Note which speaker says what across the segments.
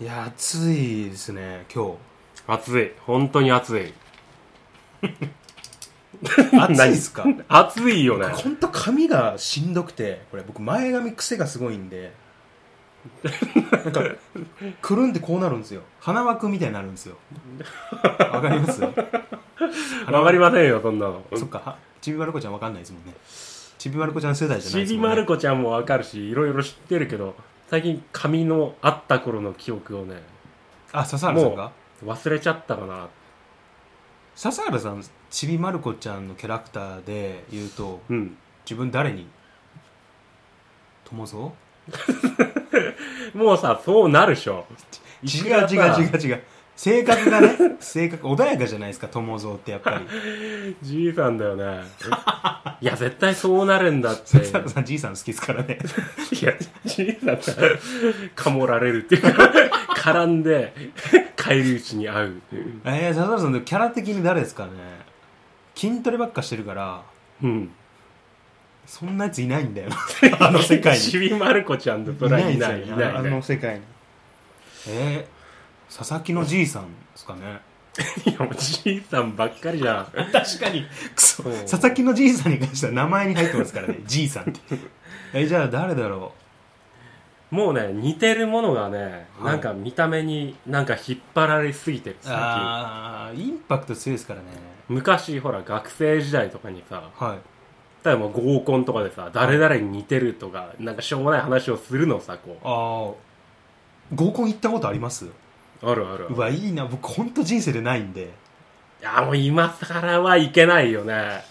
Speaker 1: いや暑いですね今
Speaker 2: 暑い本当に暑い
Speaker 1: 日暑いですか
Speaker 2: 暑いよね
Speaker 1: 僕ほんと髪がしんどくてこれ僕前髪癖がすごいんでなんかくるんでこうなるんですよ鼻枠みたいになるんですよわかります
Speaker 2: わかりませんよそんなの
Speaker 1: そっかはちびまる子ちゃんわかんないですもんねちびまる子ちゃん世代じゃない
Speaker 2: ち
Speaker 1: です
Speaker 2: び
Speaker 1: もん
Speaker 2: ま
Speaker 1: ね
Speaker 2: る子ちゃんもわかるしいろいろ知ってるけど最近髪のあった頃の記憶をね
Speaker 1: あ笹原さん
Speaker 2: も
Speaker 1: が
Speaker 2: 忘れちゃったかな
Speaker 1: 笹原さんちびまる子ちゃんのキャラクターで言うと
Speaker 2: うん
Speaker 1: 自分誰に友蔵
Speaker 2: もうさそうなるでしょ
Speaker 1: 違う
Speaker 2: いくら
Speaker 1: 違
Speaker 2: さ
Speaker 1: う違う違う性格がね 性格穏やかじゃないですか友蔵ってやっぱり
Speaker 2: じいさんだよねいや絶対そうなるんだ って
Speaker 1: 佐藤さんじいさん好きですから ね
Speaker 2: いや、じいさんから、かもられるっていうか、絡んで、帰り討ちに会うっていう。
Speaker 1: えー、佐藤さんでもキャラ的に誰ですかね筋トレばっかしてるから
Speaker 2: うん。
Speaker 1: そんなやついないんだ よなあの世界に
Speaker 2: ちびまる子ちゃんとそれはいない、い
Speaker 1: です
Speaker 2: な
Speaker 1: よ
Speaker 2: い
Speaker 1: ね
Speaker 2: いない。
Speaker 1: 世界にえー、佐々木のじいさんですかね
Speaker 2: いや、もうじいさんばっかりじゃん。
Speaker 1: 確かにクソ
Speaker 2: そう
Speaker 1: 佐々木のじいさんに関しては名前に入ってます からねじいさんってえーじゃあ誰だろ
Speaker 2: もうね、似てるものがね、
Speaker 1: はい
Speaker 2: なんか見た目になんか引っ張られすぎてる、
Speaker 1: う
Speaker 2: 最近。
Speaker 1: ああインパクト強いですからね
Speaker 2: 昔、ほら、学生時代とかにさ、
Speaker 1: はい
Speaker 2: 例えば合コンとかでさ、誰々に似てるとか、なんかしょうもない話をするのさ、こ
Speaker 1: ああ合コン行ったことあります
Speaker 2: う。あるあるある。
Speaker 1: うわいいな僕ほんと人生でないんで
Speaker 2: いや、もう今更はいけないよね。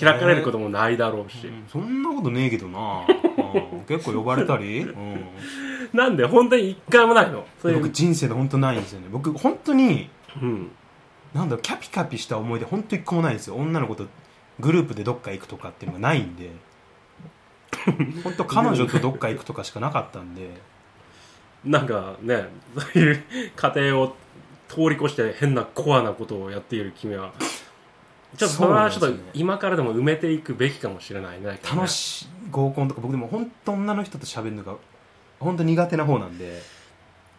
Speaker 2: 開かれることもないだろうし。
Speaker 1: そんなことねえけどなうん結構呼ばれた り、うん
Speaker 2: なんで、本当に一回もないの。そういう
Speaker 1: 僕。人生で本当ないんですよね僕本当に
Speaker 2: うん。
Speaker 1: なんだろうキャピキャピした思い出本当一個もないんですよ女の子とグループでどっか行くとかっていうのがない んで本当彼女とどっか行くとかしかなかったんで
Speaker 2: なんかね、そういう過程を通り越して変なコアなことをやっている君は、ちょっとそれはち
Speaker 1: そう
Speaker 2: ょ
Speaker 1: なん
Speaker 2: っ
Speaker 1: です
Speaker 2: と
Speaker 1: よね
Speaker 2: 今からでも埋めていくべきかもしれないね。
Speaker 1: 楽しい合コンとか僕でも本当女の人と喋るのが本当苦手な方なんで
Speaker 2: い。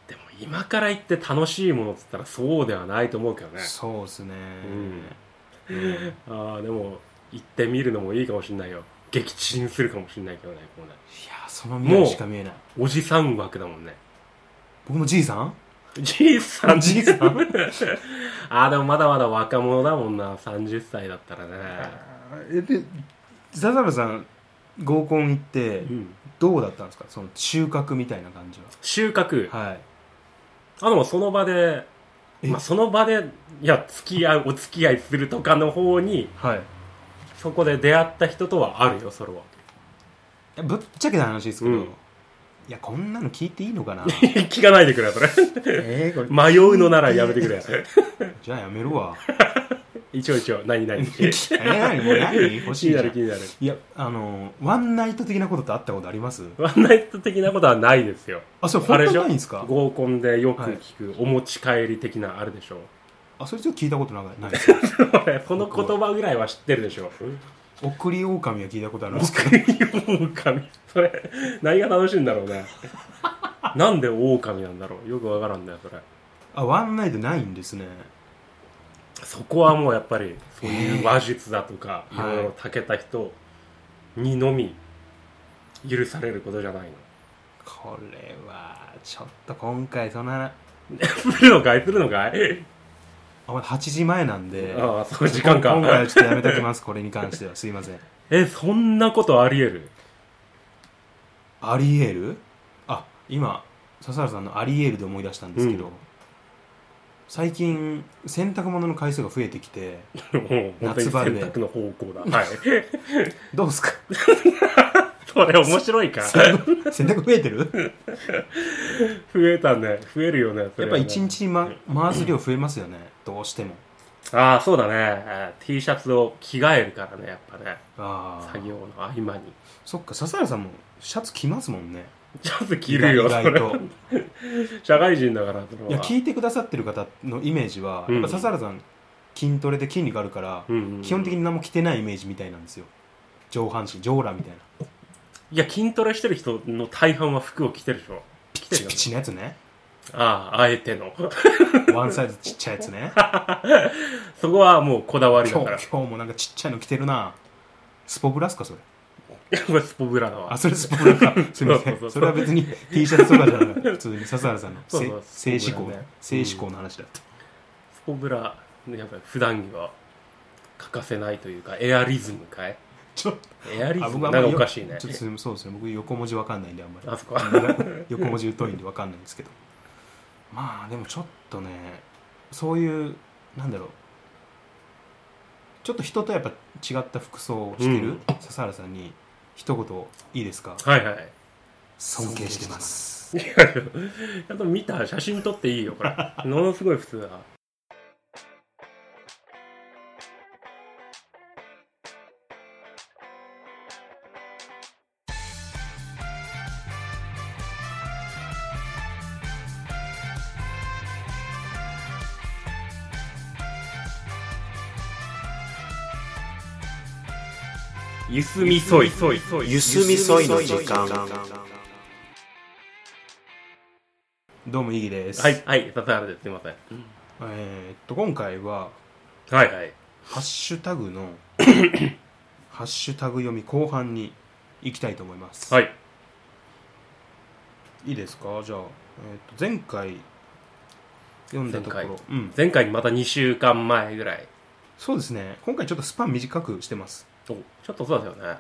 Speaker 2: でも今から行って楽しいものっつったらそうではないと思うけどね。
Speaker 1: そうですね、うん
Speaker 2: ああ、でも行ってみるのもいいかもしれないよ。撃沈するかもしれないけどね、こうね。
Speaker 1: いやーその未来しか見えない
Speaker 2: おじさん枠だもんね。
Speaker 1: 僕のじいさん
Speaker 2: じいさん
Speaker 1: じいさん
Speaker 2: あーでもまだまだ若者だもんな30歳だったらね
Speaker 1: えでザザルさん合コン行って
Speaker 2: うん
Speaker 1: どうだったんですかその収穫みたいな感じ
Speaker 2: 収穫
Speaker 1: ははい
Speaker 2: あでもその場で、
Speaker 1: え
Speaker 2: まあ、その場でいや付き合うお付き合いするとかの方に
Speaker 1: はい
Speaker 2: そこで出会った人とはあるよそれは
Speaker 1: いやぶっちゃけた話ですけど、
Speaker 2: うん
Speaker 1: いやこんなの聞いていいのか な
Speaker 2: 聞かないでくれそ れ
Speaker 1: えー、これ
Speaker 2: 迷うのならやめてく れ
Speaker 1: じゃあやめるわ
Speaker 2: 一応一応何々
Speaker 1: えー、何もう何欲
Speaker 2: 気
Speaker 1: しいじ
Speaker 2: に
Speaker 1: ゃ
Speaker 2: なんる気になる
Speaker 1: いやあのワンナイト的なことってあったことあります
Speaker 2: ワンナイト的なことはないですよ
Speaker 1: あそれ
Speaker 2: あ
Speaker 1: 本
Speaker 2: れ
Speaker 1: 当
Speaker 2: で
Speaker 1: に
Speaker 2: しょ
Speaker 1: ないんですか
Speaker 2: 合コンでよく聞くお持ち帰り的なあれでしょ
Speaker 1: あそれちょっと聞いたことなないですよ
Speaker 2: 俺この言葉ぐらいは知ってるでしょ
Speaker 1: 送り狼は聞いたことあるんですけど
Speaker 2: 僕に狼それ何が楽しいんだろうねなんで狼なんだろうよくわからんだよそれ
Speaker 1: あワンナイトないんですね
Speaker 2: そこはもうやっぱりそういう話術だとか、
Speaker 1: え
Speaker 2: いろいろたけた人にのみ許されることじゃないの
Speaker 1: これはちょっと今回そんな
Speaker 2: するのかいするのかい、
Speaker 1: あまだ8時前なんで
Speaker 2: ああそう時間
Speaker 1: 今回
Speaker 2: か
Speaker 1: はちょっとやめときますこれに関してはすいません
Speaker 2: えそんなことありえる
Speaker 1: アリエールあ今笹原さんのアリエールで思い出したんですけど、
Speaker 2: うん
Speaker 1: 最近洗濯物の回数が増えてきて
Speaker 2: もう本当に
Speaker 1: 夏バ
Speaker 2: 選
Speaker 1: ルで
Speaker 2: 択の方向だはい
Speaker 1: どうですか
Speaker 2: それ面白いか
Speaker 1: 洗濯洗濯増えて る
Speaker 2: 増えたね増えるよねそ
Speaker 1: やっ
Speaker 2: れは
Speaker 1: ぱ
Speaker 2: ね
Speaker 1: 一日に、ま、回す量増えますよねどうしても
Speaker 2: ああ、そうだねえー。T シャツを着替えるからね、やっぱね。
Speaker 1: ああ
Speaker 2: 作業の合間 に。
Speaker 1: そっか笹原さんもシャツ着ますもんね
Speaker 2: シャツ着るよ、
Speaker 1: 意
Speaker 2: そ
Speaker 1: 外
Speaker 2: れ。
Speaker 1: と
Speaker 2: 社会人だから、それは。
Speaker 1: いや聞いてくださってる方のイメージは、
Speaker 2: う
Speaker 1: や
Speaker 2: ん
Speaker 1: っぱ笹原さん筋トレで筋肉あるから、
Speaker 2: うんうんうん
Speaker 1: 基本的に何も着てないイメージみたいなんですよ上半身上裸みたいない
Speaker 2: や、筋トレしてる人の大半は服を着てるでしょ。着て
Speaker 1: ピチ
Speaker 2: るよ
Speaker 1: ピ。チのやつね
Speaker 2: ああ、あえての。
Speaker 1: ワンサイズちっちゃいやつね
Speaker 2: そこはもうこだわりだ
Speaker 1: 今
Speaker 2: か
Speaker 1: 日
Speaker 2: ら。
Speaker 1: 今日もなんかちっちゃいの着てるなスポブラっすかそれ
Speaker 2: こ れスポブラだ
Speaker 1: あ
Speaker 2: わ。
Speaker 1: それスポブ ラかすみま
Speaker 2: そ
Speaker 1: せ
Speaker 2: うそうそうん
Speaker 1: それは別に T シャツとかじゃなくて普通 に笹原さんの
Speaker 2: そう
Speaker 1: せ
Speaker 2: そう
Speaker 1: 性
Speaker 2: ス
Speaker 1: 志
Speaker 2: ポ
Speaker 1: 向
Speaker 2: ブラね
Speaker 1: ね性志向の話だった
Speaker 2: スポブラ、やっぱり普段着は欠かせないというか、エアリズムかい
Speaker 1: ちょっ
Speaker 2: エアリズ
Speaker 1: あ
Speaker 2: ム
Speaker 1: 僕あ
Speaker 2: なん
Speaker 1: んまり
Speaker 2: かお
Speaker 1: よ
Speaker 2: かしいね
Speaker 1: ち。ょっとすみませんそうですね僕横文字わかんないんであんまり
Speaker 2: あそこ は。
Speaker 1: 横文字疎いんでわかんないんですけどまあでもちょっとねそういうなんだろうちょっと人とやっぱ違った服装をしてる、
Speaker 2: うん
Speaker 1: 笹原さんに一言いいですか
Speaker 2: はいはい。
Speaker 1: 尊敬してます
Speaker 2: あと見た写真撮っていいよ、 これ。ものすごい普通だ。ゆすみそい。
Speaker 3: ゆすみそいの時間
Speaker 1: どうもいいです、
Speaker 2: はい、はい、笹原です。すいません。
Speaker 1: えーっと今回は
Speaker 2: はいはい。
Speaker 1: ハッシュタグ のハッシュタグ読み後半に行きたいと思います、
Speaker 2: はい。
Speaker 1: いいですかじゃあ、えー、と前回読んだとこ
Speaker 2: 前
Speaker 1: ろ、うん、
Speaker 2: 前回にまた2週間前ぐらい。
Speaker 1: そうですね今回ちょっとスパン短くしてます
Speaker 2: おちょっとそうですよね。はい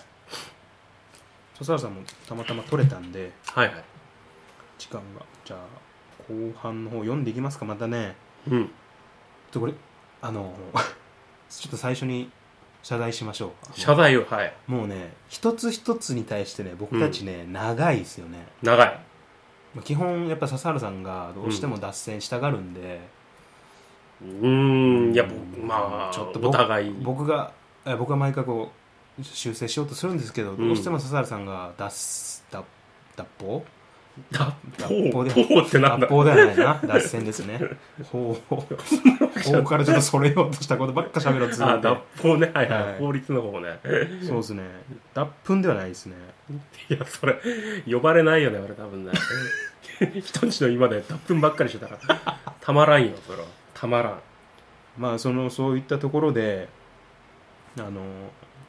Speaker 1: 笹原さんもたまたま取れたんで
Speaker 2: はい。
Speaker 1: 時間がじゃあ後半の方読んでいきますかまたね
Speaker 2: うん。
Speaker 1: ちょっとこれあの ちょっと最初に謝罪しましょうあの
Speaker 2: 謝罪を、はい。
Speaker 1: もうね一つ一つに対してね僕たちね、長いですよね
Speaker 2: 長い。
Speaker 1: まあ基本やっぱ笹原さんがどうしても脱線したがるんで、
Speaker 2: うーん、いや、僕、まあ、
Speaker 1: ちょっと
Speaker 2: お
Speaker 1: 僕
Speaker 2: 互い。
Speaker 1: 僕がえ僕が毎回こう修正しようとするんですけど、
Speaker 2: ん
Speaker 1: どうしても笹原さんが脱す脱脱法
Speaker 2: 脱
Speaker 1: 脱法
Speaker 2: 法、
Speaker 1: で
Speaker 2: 脱法ってなん
Speaker 1: 脱
Speaker 2: だ
Speaker 1: 法ではない な脱線ですね法法法からちょっとそれようとしたことばっか喋ろうとする
Speaker 2: あ、
Speaker 1: んで
Speaker 2: 脱法ね。はいは。
Speaker 1: はいい
Speaker 2: 法律の方ね。
Speaker 1: そうですね脱粉ではないですね
Speaker 2: いや、それ、呼ばれないよね、俺多分ね。 人んちの今で脱粉ばっかりしてたから。たまらんよ、それは。たまらん。
Speaker 1: まあそのそういったところであの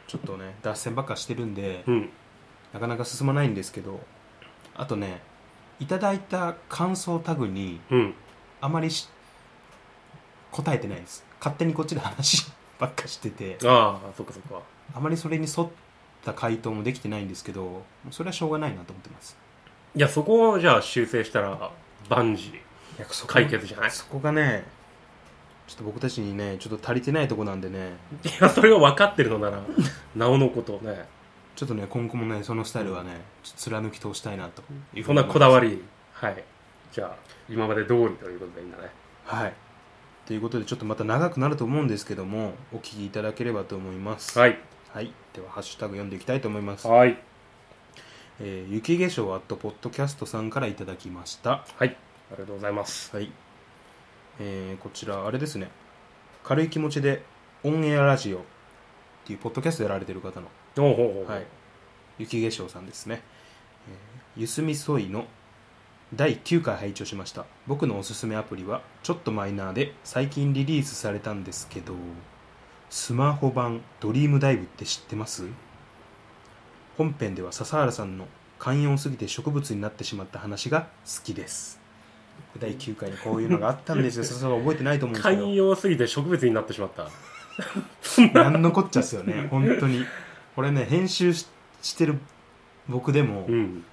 Speaker 1: ちょっとね脱線ばっかしてるんで、
Speaker 2: うん。
Speaker 1: なかなか進まないんですけどあとねいただいた感想タグに
Speaker 2: うん。
Speaker 1: あまりし答えてないです勝手にこっちで話 ばっかしてて
Speaker 2: ああ、そっかそっか。
Speaker 1: あまりそれに沿った回答もできてないんですけどそれはしょうがないなと思ってます
Speaker 2: いや、そこをじゃあ修正したら、万事
Speaker 1: いやそ
Speaker 2: 解決じゃない
Speaker 1: そこがねちょっと僕たちにねちょっと足りてないとこなんでね
Speaker 2: いや、それが分かってるの なら、なおのことをね、
Speaker 1: ちょっとね今後もねそのスタイルはねちょっと貫き通したいなというふう
Speaker 2: そん
Speaker 1: に思
Speaker 2: な
Speaker 1: います
Speaker 2: こだわり、はい。じゃあ、今まで通りということでいいんだね。
Speaker 1: はいということでちょっとまた長くなると思うんですけどもお聞きいただければと思います
Speaker 2: はい。
Speaker 1: はい、ではハッシュタグ読んでいきたいと思います、
Speaker 2: はい。
Speaker 1: えー雪化粧アットポッドキャストさんからいただきました
Speaker 2: はい。ありがとうございます。
Speaker 1: はい、えーこちらあれですね軽い気持ちでオンエアラジオっていうポッドキャストやられてる方の、
Speaker 2: おうほうほう。
Speaker 1: はい、雪化粧さんですね、えーゆすみそいの第9回拝聴しました僕のおすすめアプリはちょっとマイナーで最近リリースされたんですけどスマホ版ドリームダイブって知ってます本編では笹原さんの寛容すぎて植物になってしまった話が好きです第9回にこういうのがあったん ですよ笹原さん覚えてないと思うんですけ
Speaker 2: 寛
Speaker 1: ど
Speaker 2: 容すぎて植物になってしまった。
Speaker 1: 何のこっちゃっすよね本当にこれね編集ししてる僕でも、
Speaker 2: うん。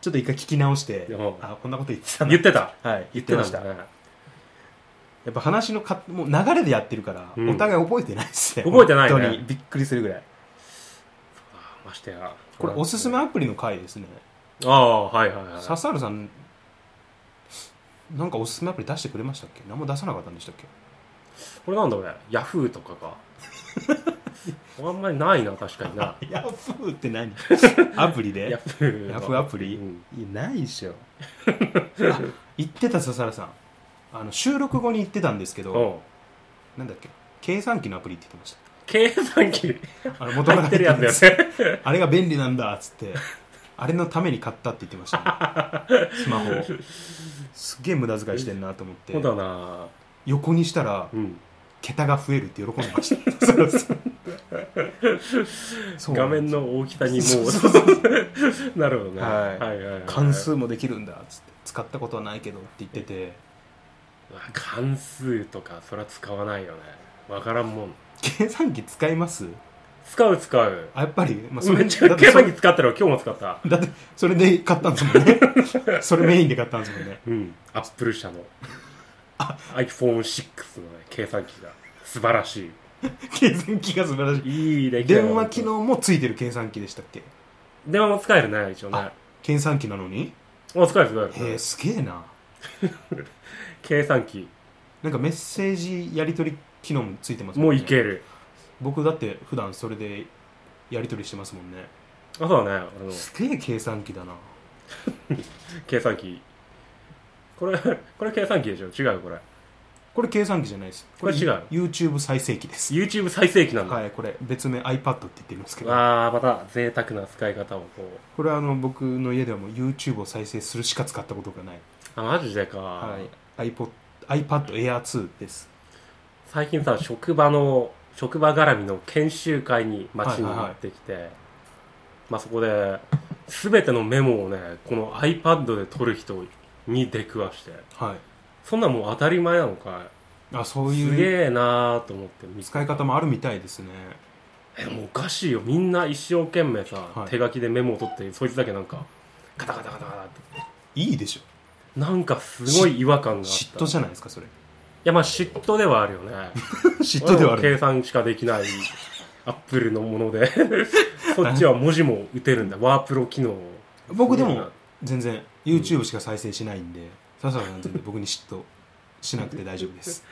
Speaker 1: ちょっと一回聞き直して
Speaker 2: うん、
Speaker 1: あ、こんなこと言ってたな
Speaker 2: 言ってた。
Speaker 1: はい、言ってました。
Speaker 2: 言
Speaker 1: や
Speaker 2: ってんだね
Speaker 1: っぱ話のか、もう流れでやってるから、
Speaker 2: うん
Speaker 1: お互い覚えてないっすね。
Speaker 2: 覚えてないね
Speaker 1: 本当にびっくりするぐらい。
Speaker 2: あましてや。
Speaker 1: これ、おすすめアプリの回ですね。
Speaker 2: ああ、はいはいはい。
Speaker 1: 笹原さん、なんかおすすめアプリ出してくれましたっけ何も出さなかったんでしたっけ
Speaker 2: これなんだろうね。ヤフーとか か。あんまりないな、確かにな。
Speaker 1: ヤフーって 何アプリで
Speaker 2: ヤフー。
Speaker 1: ヤフーアプリ、
Speaker 2: うん
Speaker 1: いやないでしょあ言ってた笹原さんあの収録後に言ってたんですけど
Speaker 2: う
Speaker 1: な
Speaker 2: ん。
Speaker 1: んだっけ計算機のアプリって言ってまし
Speaker 2: 計算機
Speaker 1: たあの元
Speaker 2: 入ってるやつだよね。
Speaker 1: あれが便利なんだっつってあれのために買ったって言ってましたねスマホをすっげえ無駄遣いしてんなと思って
Speaker 2: そうだな
Speaker 1: 横にしたら
Speaker 2: うん
Speaker 1: 桁が増えるって喜んでました そうそうそう
Speaker 2: 画面の大きさにも
Speaker 1: そう
Speaker 2: う
Speaker 1: そう
Speaker 2: なるほどね、
Speaker 1: はい
Speaker 2: はいはいはい
Speaker 1: 関数もできるんだっつって使ったことはないけどって言ってて
Speaker 2: うわ関数とかそりゃ使わないよねわからんもん
Speaker 1: 計算機使います
Speaker 2: 使う使う
Speaker 1: あやっぱり、まあ、
Speaker 2: めっち
Speaker 1: だ
Speaker 2: ゃ
Speaker 1: って
Speaker 2: 計
Speaker 1: そ
Speaker 2: 算機
Speaker 1: れ
Speaker 2: 使ってるわ今日も使った
Speaker 1: だってそれで買ったんですもんね それメインで買ったんです もんね
Speaker 2: うんアップル社の iPhone6 の、ね、計算機が素晴らし
Speaker 1: 計算機が素晴らし
Speaker 2: いいい出
Speaker 1: い
Speaker 2: 来だよ
Speaker 1: 電話機能もついてる計算機でしたっけ
Speaker 2: 電話も使えるね一応ね
Speaker 1: あ計算機なのに
Speaker 2: お使える使える
Speaker 1: へえすげえな
Speaker 2: 計算機
Speaker 1: なんかメッセージやり取り機能もついてます
Speaker 2: もうい
Speaker 1: る
Speaker 2: ける
Speaker 1: 僕だって普段それでやり取りしてますもんね
Speaker 2: あそうだね俺の
Speaker 1: すげえ計算機だな
Speaker 2: 計算機これこれ計算機でしょ違うこれ
Speaker 1: これ計算機じゃないです
Speaker 2: これ違う
Speaker 1: YouTube 最盛期です
Speaker 2: YouTube 最盛期なんだ、
Speaker 1: はいこれ別名 iPad って言ってるんですけど
Speaker 2: ああまた贅沢な使い方をこう
Speaker 1: これはあの僕の家ではもう YouTube を再生するしか使ったことがない、
Speaker 2: あマジでか、
Speaker 1: はい、iPod iPad Air 2です
Speaker 2: 最近さ職場の職場絡みの研修会に街に
Speaker 1: はいはい
Speaker 2: 行
Speaker 1: はい
Speaker 2: ってきて、まあそこで全てのメモをねこの iPad で取る人に出くわして
Speaker 1: はい
Speaker 2: そんなんもう当たり前なのか
Speaker 1: あそう
Speaker 2: いす
Speaker 1: いう
Speaker 2: げえなーと思って見て
Speaker 1: 使い方もあるみたいですね
Speaker 2: えもうおかしいよみんな一生懸命さ、
Speaker 1: はい
Speaker 2: 手書きでメモを取ってそいつだけなんかカタカタカタカタって
Speaker 1: いいでしょ
Speaker 2: なんかすごい違和感があった
Speaker 1: 嫉妬じゃないですか それ
Speaker 2: いやまあ嫉妬ではあるよね
Speaker 1: 嫉妬ではあ
Speaker 2: 俺
Speaker 1: る
Speaker 2: も計算しかできないアップルのもの でそっちは文字も打てるんだワープロ機能
Speaker 1: 僕で
Speaker 2: そうだ
Speaker 1: も全然 YouTube しか再生しないんで笹原さん全然僕に嫉妬しなくて大丈夫です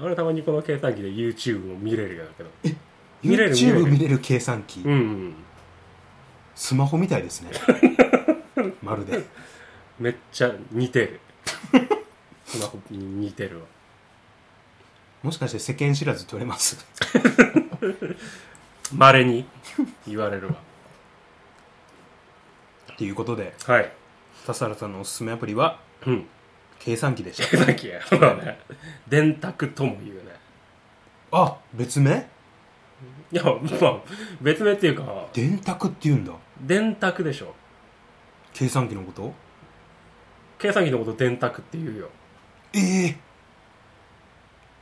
Speaker 2: あれたまにこの計算機で YouTube も見れるやだけど見れる見れる
Speaker 1: YouTube 見れる計算機、
Speaker 2: うんうん
Speaker 1: スマホみたいですねまるで
Speaker 2: めっちゃ似てるスマホに似てるわ
Speaker 1: もしかして世間知らず取れます
Speaker 2: まれに言われるわ
Speaker 1: っていうことで
Speaker 2: はい
Speaker 1: 笹原さんのおすすめアプリは
Speaker 2: うん
Speaker 1: 計算機でし
Speaker 2: 計
Speaker 1: た
Speaker 2: 算機やそうだね電卓とも言うね
Speaker 1: あ別名
Speaker 2: いやまあ別名っていうか
Speaker 1: 電卓って言うんだ
Speaker 2: 電卓でしょ
Speaker 1: 計算機のこと
Speaker 2: 計算機のこと電卓って言うよ
Speaker 1: ええ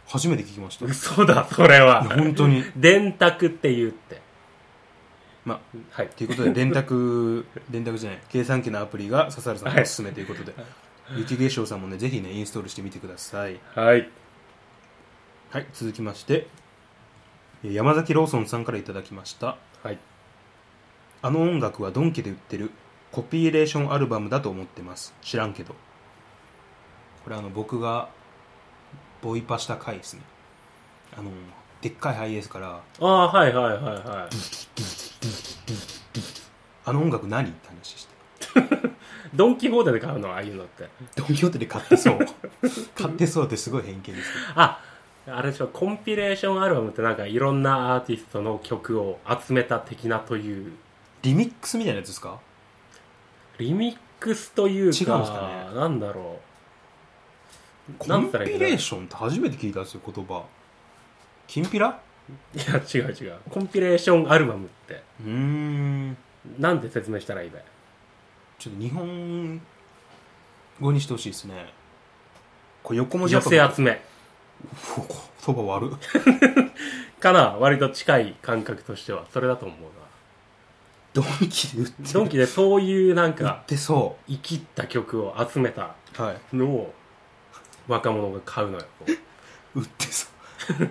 Speaker 1: 初めて聞きましたい
Speaker 2: 嘘だそれは
Speaker 1: や本当に
Speaker 2: 電卓って言うって
Speaker 1: まあ
Speaker 2: はい
Speaker 1: ということで電卓電卓じゃない計算機のアプリが笹原さんのおすすめということで、雪化粧さんもねぜひねインストールしてみてください
Speaker 2: はい
Speaker 1: はい続きましてえー山崎ローソンさんからいただきました
Speaker 2: はい
Speaker 1: あの音楽はドンキで売ってるコピーレーションアルバムだと思ってます知らんけどこれあの僕がボイパした回ですねあのでっかいハイエースから
Speaker 2: ああはいはいはいはい
Speaker 1: 「あの音楽何?」って話して
Speaker 2: ドン・キホーテで買うのああいうのって
Speaker 1: ドン・キホーテで買ってそう買ってそうってすごい偏見ですけど
Speaker 2: ああれでしょコンピレーションアルバムってなんかいろんなアーティストの曲を集めた的なという
Speaker 1: リミックスみたいなやつですか
Speaker 2: リミックスというか
Speaker 1: 違うんすかね
Speaker 2: なんだろう
Speaker 1: コ
Speaker 2: なん
Speaker 1: ン
Speaker 2: つったらいい
Speaker 1: ピ
Speaker 2: んだ
Speaker 1: レ
Speaker 2: ろ
Speaker 1: ーションって初めて聞いたんですよ言葉きんぴら
Speaker 2: ういや違う違うコンピレーションアルバムって
Speaker 1: うーん
Speaker 2: なんて説明したらいいべ
Speaker 1: ちょっと日本語にしてほしいですねこれ横文字
Speaker 2: 寄
Speaker 1: だと思う
Speaker 2: せ集め
Speaker 1: 言葉悪っ
Speaker 2: かな割と近い感覚としてはそれだと思うな
Speaker 1: ドンキで売って
Speaker 2: ドンキでそういうなん
Speaker 1: 売
Speaker 2: か
Speaker 1: ってそ
Speaker 2: 生きった曲を集めた
Speaker 1: うはい
Speaker 2: のを若者が買うのよ
Speaker 1: 売ってそ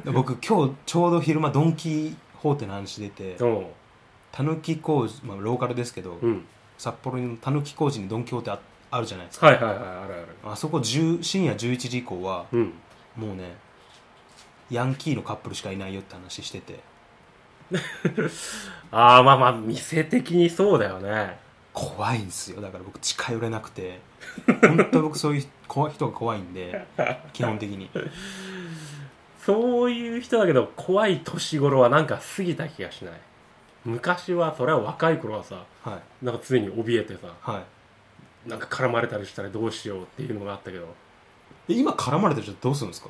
Speaker 1: う僕今日ちょうど昼間ドン・キホーテの話出て
Speaker 2: こ
Speaker 1: たぬき工事、まあ、ローカルですけど、
Speaker 2: ううん
Speaker 1: 札幌のたぬき工事にドン・キホーテああるじゃないですか
Speaker 2: はいはいはいあるある
Speaker 1: あそこ10深夜11時以降は
Speaker 2: うん
Speaker 1: もうねヤンキーのカップルしかいないよって話してて
Speaker 2: ああまあまあ店的にそうだよね
Speaker 1: 怖いんですよだから僕近寄れなくて本当僕そういう 怖い人が怖いんで基本的に
Speaker 2: そういう人だけど怖い年頃はなんか過ぎた気がしない昔はそれは若い頃はさ
Speaker 1: はい
Speaker 2: なんか常に怯えてさ
Speaker 1: はい
Speaker 2: なんか絡まれたりしたらどうしようっていうのがあったけど
Speaker 1: え今絡まれてる人どうするんですか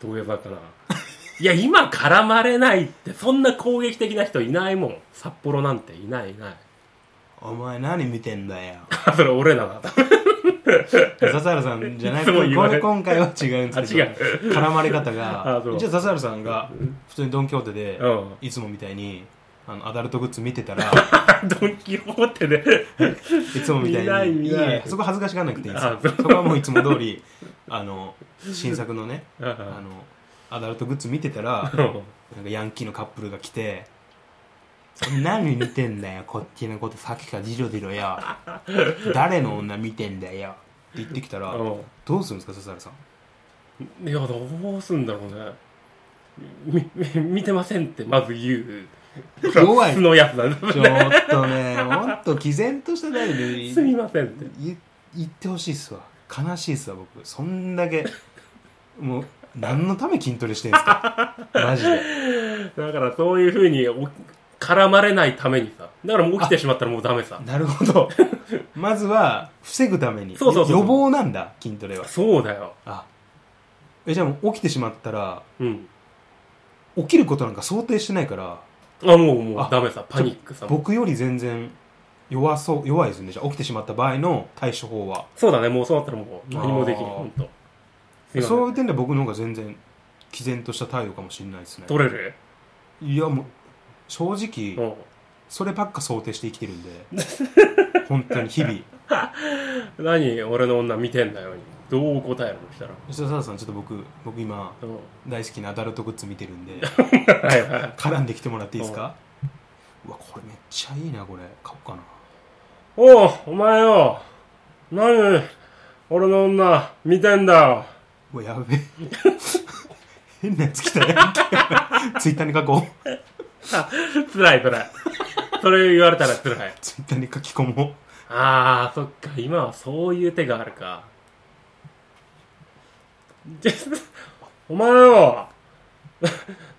Speaker 2: どうやばかな いや今絡まれないってそんな攻撃的な人いないもん札幌なんていないいない
Speaker 1: お前何見てんだ よ
Speaker 2: それ俺らだ
Speaker 1: 笹原さんじゃない
Speaker 2: いつも言
Speaker 1: こ
Speaker 2: われ
Speaker 1: れ
Speaker 2: る
Speaker 1: 今回は違うん
Speaker 2: あ
Speaker 1: ですけ
Speaker 2: 違
Speaker 1: ど
Speaker 2: う
Speaker 1: 絡まれ方が
Speaker 2: あそう
Speaker 1: じゃあ笹原さんが普通にドン・キホーテで
Speaker 2: うん
Speaker 1: いつもみたいにあのアダルトグッズ見てた ら
Speaker 2: ドン・キホーテで
Speaker 1: いつもみた
Speaker 2: 見ない
Speaker 1: いに
Speaker 2: 見ない
Speaker 1: えそこ恥ずかしがらなくていいんですよ
Speaker 2: あそう
Speaker 1: そこはもういつも通り あの新作のね
Speaker 2: うん
Speaker 1: あのアダルトグッズ見てたら
Speaker 2: うん
Speaker 1: なんかヤンキーのカップルが来て「何見てんだよこっちのことさっきからじろじろよ誰の女見てんだよ」って言ってきたら
Speaker 2: う
Speaker 1: どうするんですか笹原さん
Speaker 2: んいやどうすんだろうねみみ見てませんってまず言う
Speaker 1: 弱い
Speaker 2: 素のやつなんだ
Speaker 1: ちょっとね もっと毅然とした態度です
Speaker 2: みませんって
Speaker 1: い言ってほしいっすわ悲しいっすわ僕そんだけ もう何のため筋トレしてんすか マジで
Speaker 2: だからそういうふうにお絡まれないためにさだからもう起きてしまったらもうダメさ
Speaker 1: なるほどまずは防ぐために
Speaker 2: そうそうそう
Speaker 1: 予防なんだ筋トレは
Speaker 2: そうだよ
Speaker 1: あえじゃあもう起きてしまったら
Speaker 2: うん
Speaker 1: 起きることなんか想定してないから
Speaker 2: あもうも
Speaker 1: あ
Speaker 2: うダメさパニックさ
Speaker 1: 僕より全然弱そう弱いですねじゃあ起きてしまった場合の対処法は
Speaker 2: そうだねもうそうなったらもう何もできない
Speaker 1: あー
Speaker 2: ほんとすいませ
Speaker 1: そうんいう点では僕の方が全然毅然とした態度かもしれないですね
Speaker 2: 取れる
Speaker 1: いやもう正
Speaker 2: う
Speaker 1: 直
Speaker 2: ん
Speaker 1: そればっか想定して生きてるんで 本当に日々
Speaker 2: 何俺の女見てんだよにどう答えるのしたら
Speaker 1: 吉田沙羅さんちょっと僕僕今
Speaker 2: うん
Speaker 1: 大好きなアダルトグッズ見てるんで
Speaker 2: はいはい
Speaker 1: 絡んできてもらっていいですかうわこれめっちゃいいなこれ買おうかな
Speaker 2: おうお前よ何俺の女見てんだよ
Speaker 1: うわやべえ変なやつ来たねツイッターに書こう
Speaker 2: つらいつらいそれ言われたらつらい
Speaker 1: ツイッターに書き込もう
Speaker 2: あー、そっか、今はそういう手があるか。 じゃお前よ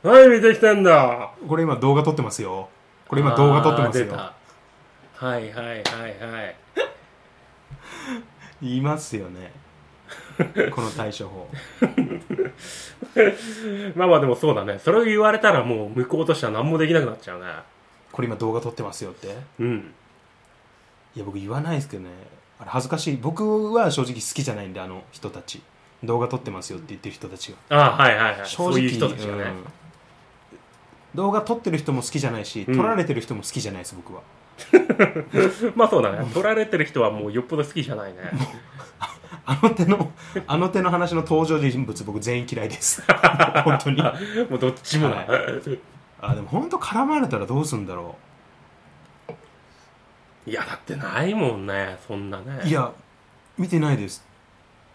Speaker 2: 何見てきてんだ
Speaker 1: これ今動画撮ってますよこれ今動画撮ってます
Speaker 2: あー出
Speaker 1: よ
Speaker 2: たはいはいはいはい。
Speaker 1: いますよねこの対処法
Speaker 2: まあまあでもそうだね。それを言われたらもう向こうとしては何もできなくなっちゃうね。
Speaker 1: これ今動画撮ってますよって
Speaker 2: うん。
Speaker 1: いや僕言わないですけどねあれ恥ずかしい僕は正直好きじゃないんであの人たち動画撮ってますよって言ってる人たちが
Speaker 2: ああ、はいはいはい。
Speaker 1: 正
Speaker 2: そう
Speaker 1: 直
Speaker 2: いう人たちがね。
Speaker 1: うん動画撮ってる人も好きじゃないし、
Speaker 2: うん
Speaker 1: 撮られてる人も好きじゃないです僕は
Speaker 2: まあそうだね。取られてる人はもうよっぽど好きじゃな いね。
Speaker 1: あの手 のあの手の話の登場人物僕全員嫌いです 本当に
Speaker 2: もうどっちもだ。
Speaker 1: あでも本当絡まれたらどうすんだろ
Speaker 2: いや、だってないもんね。そんなね。
Speaker 1: うい。や見てないです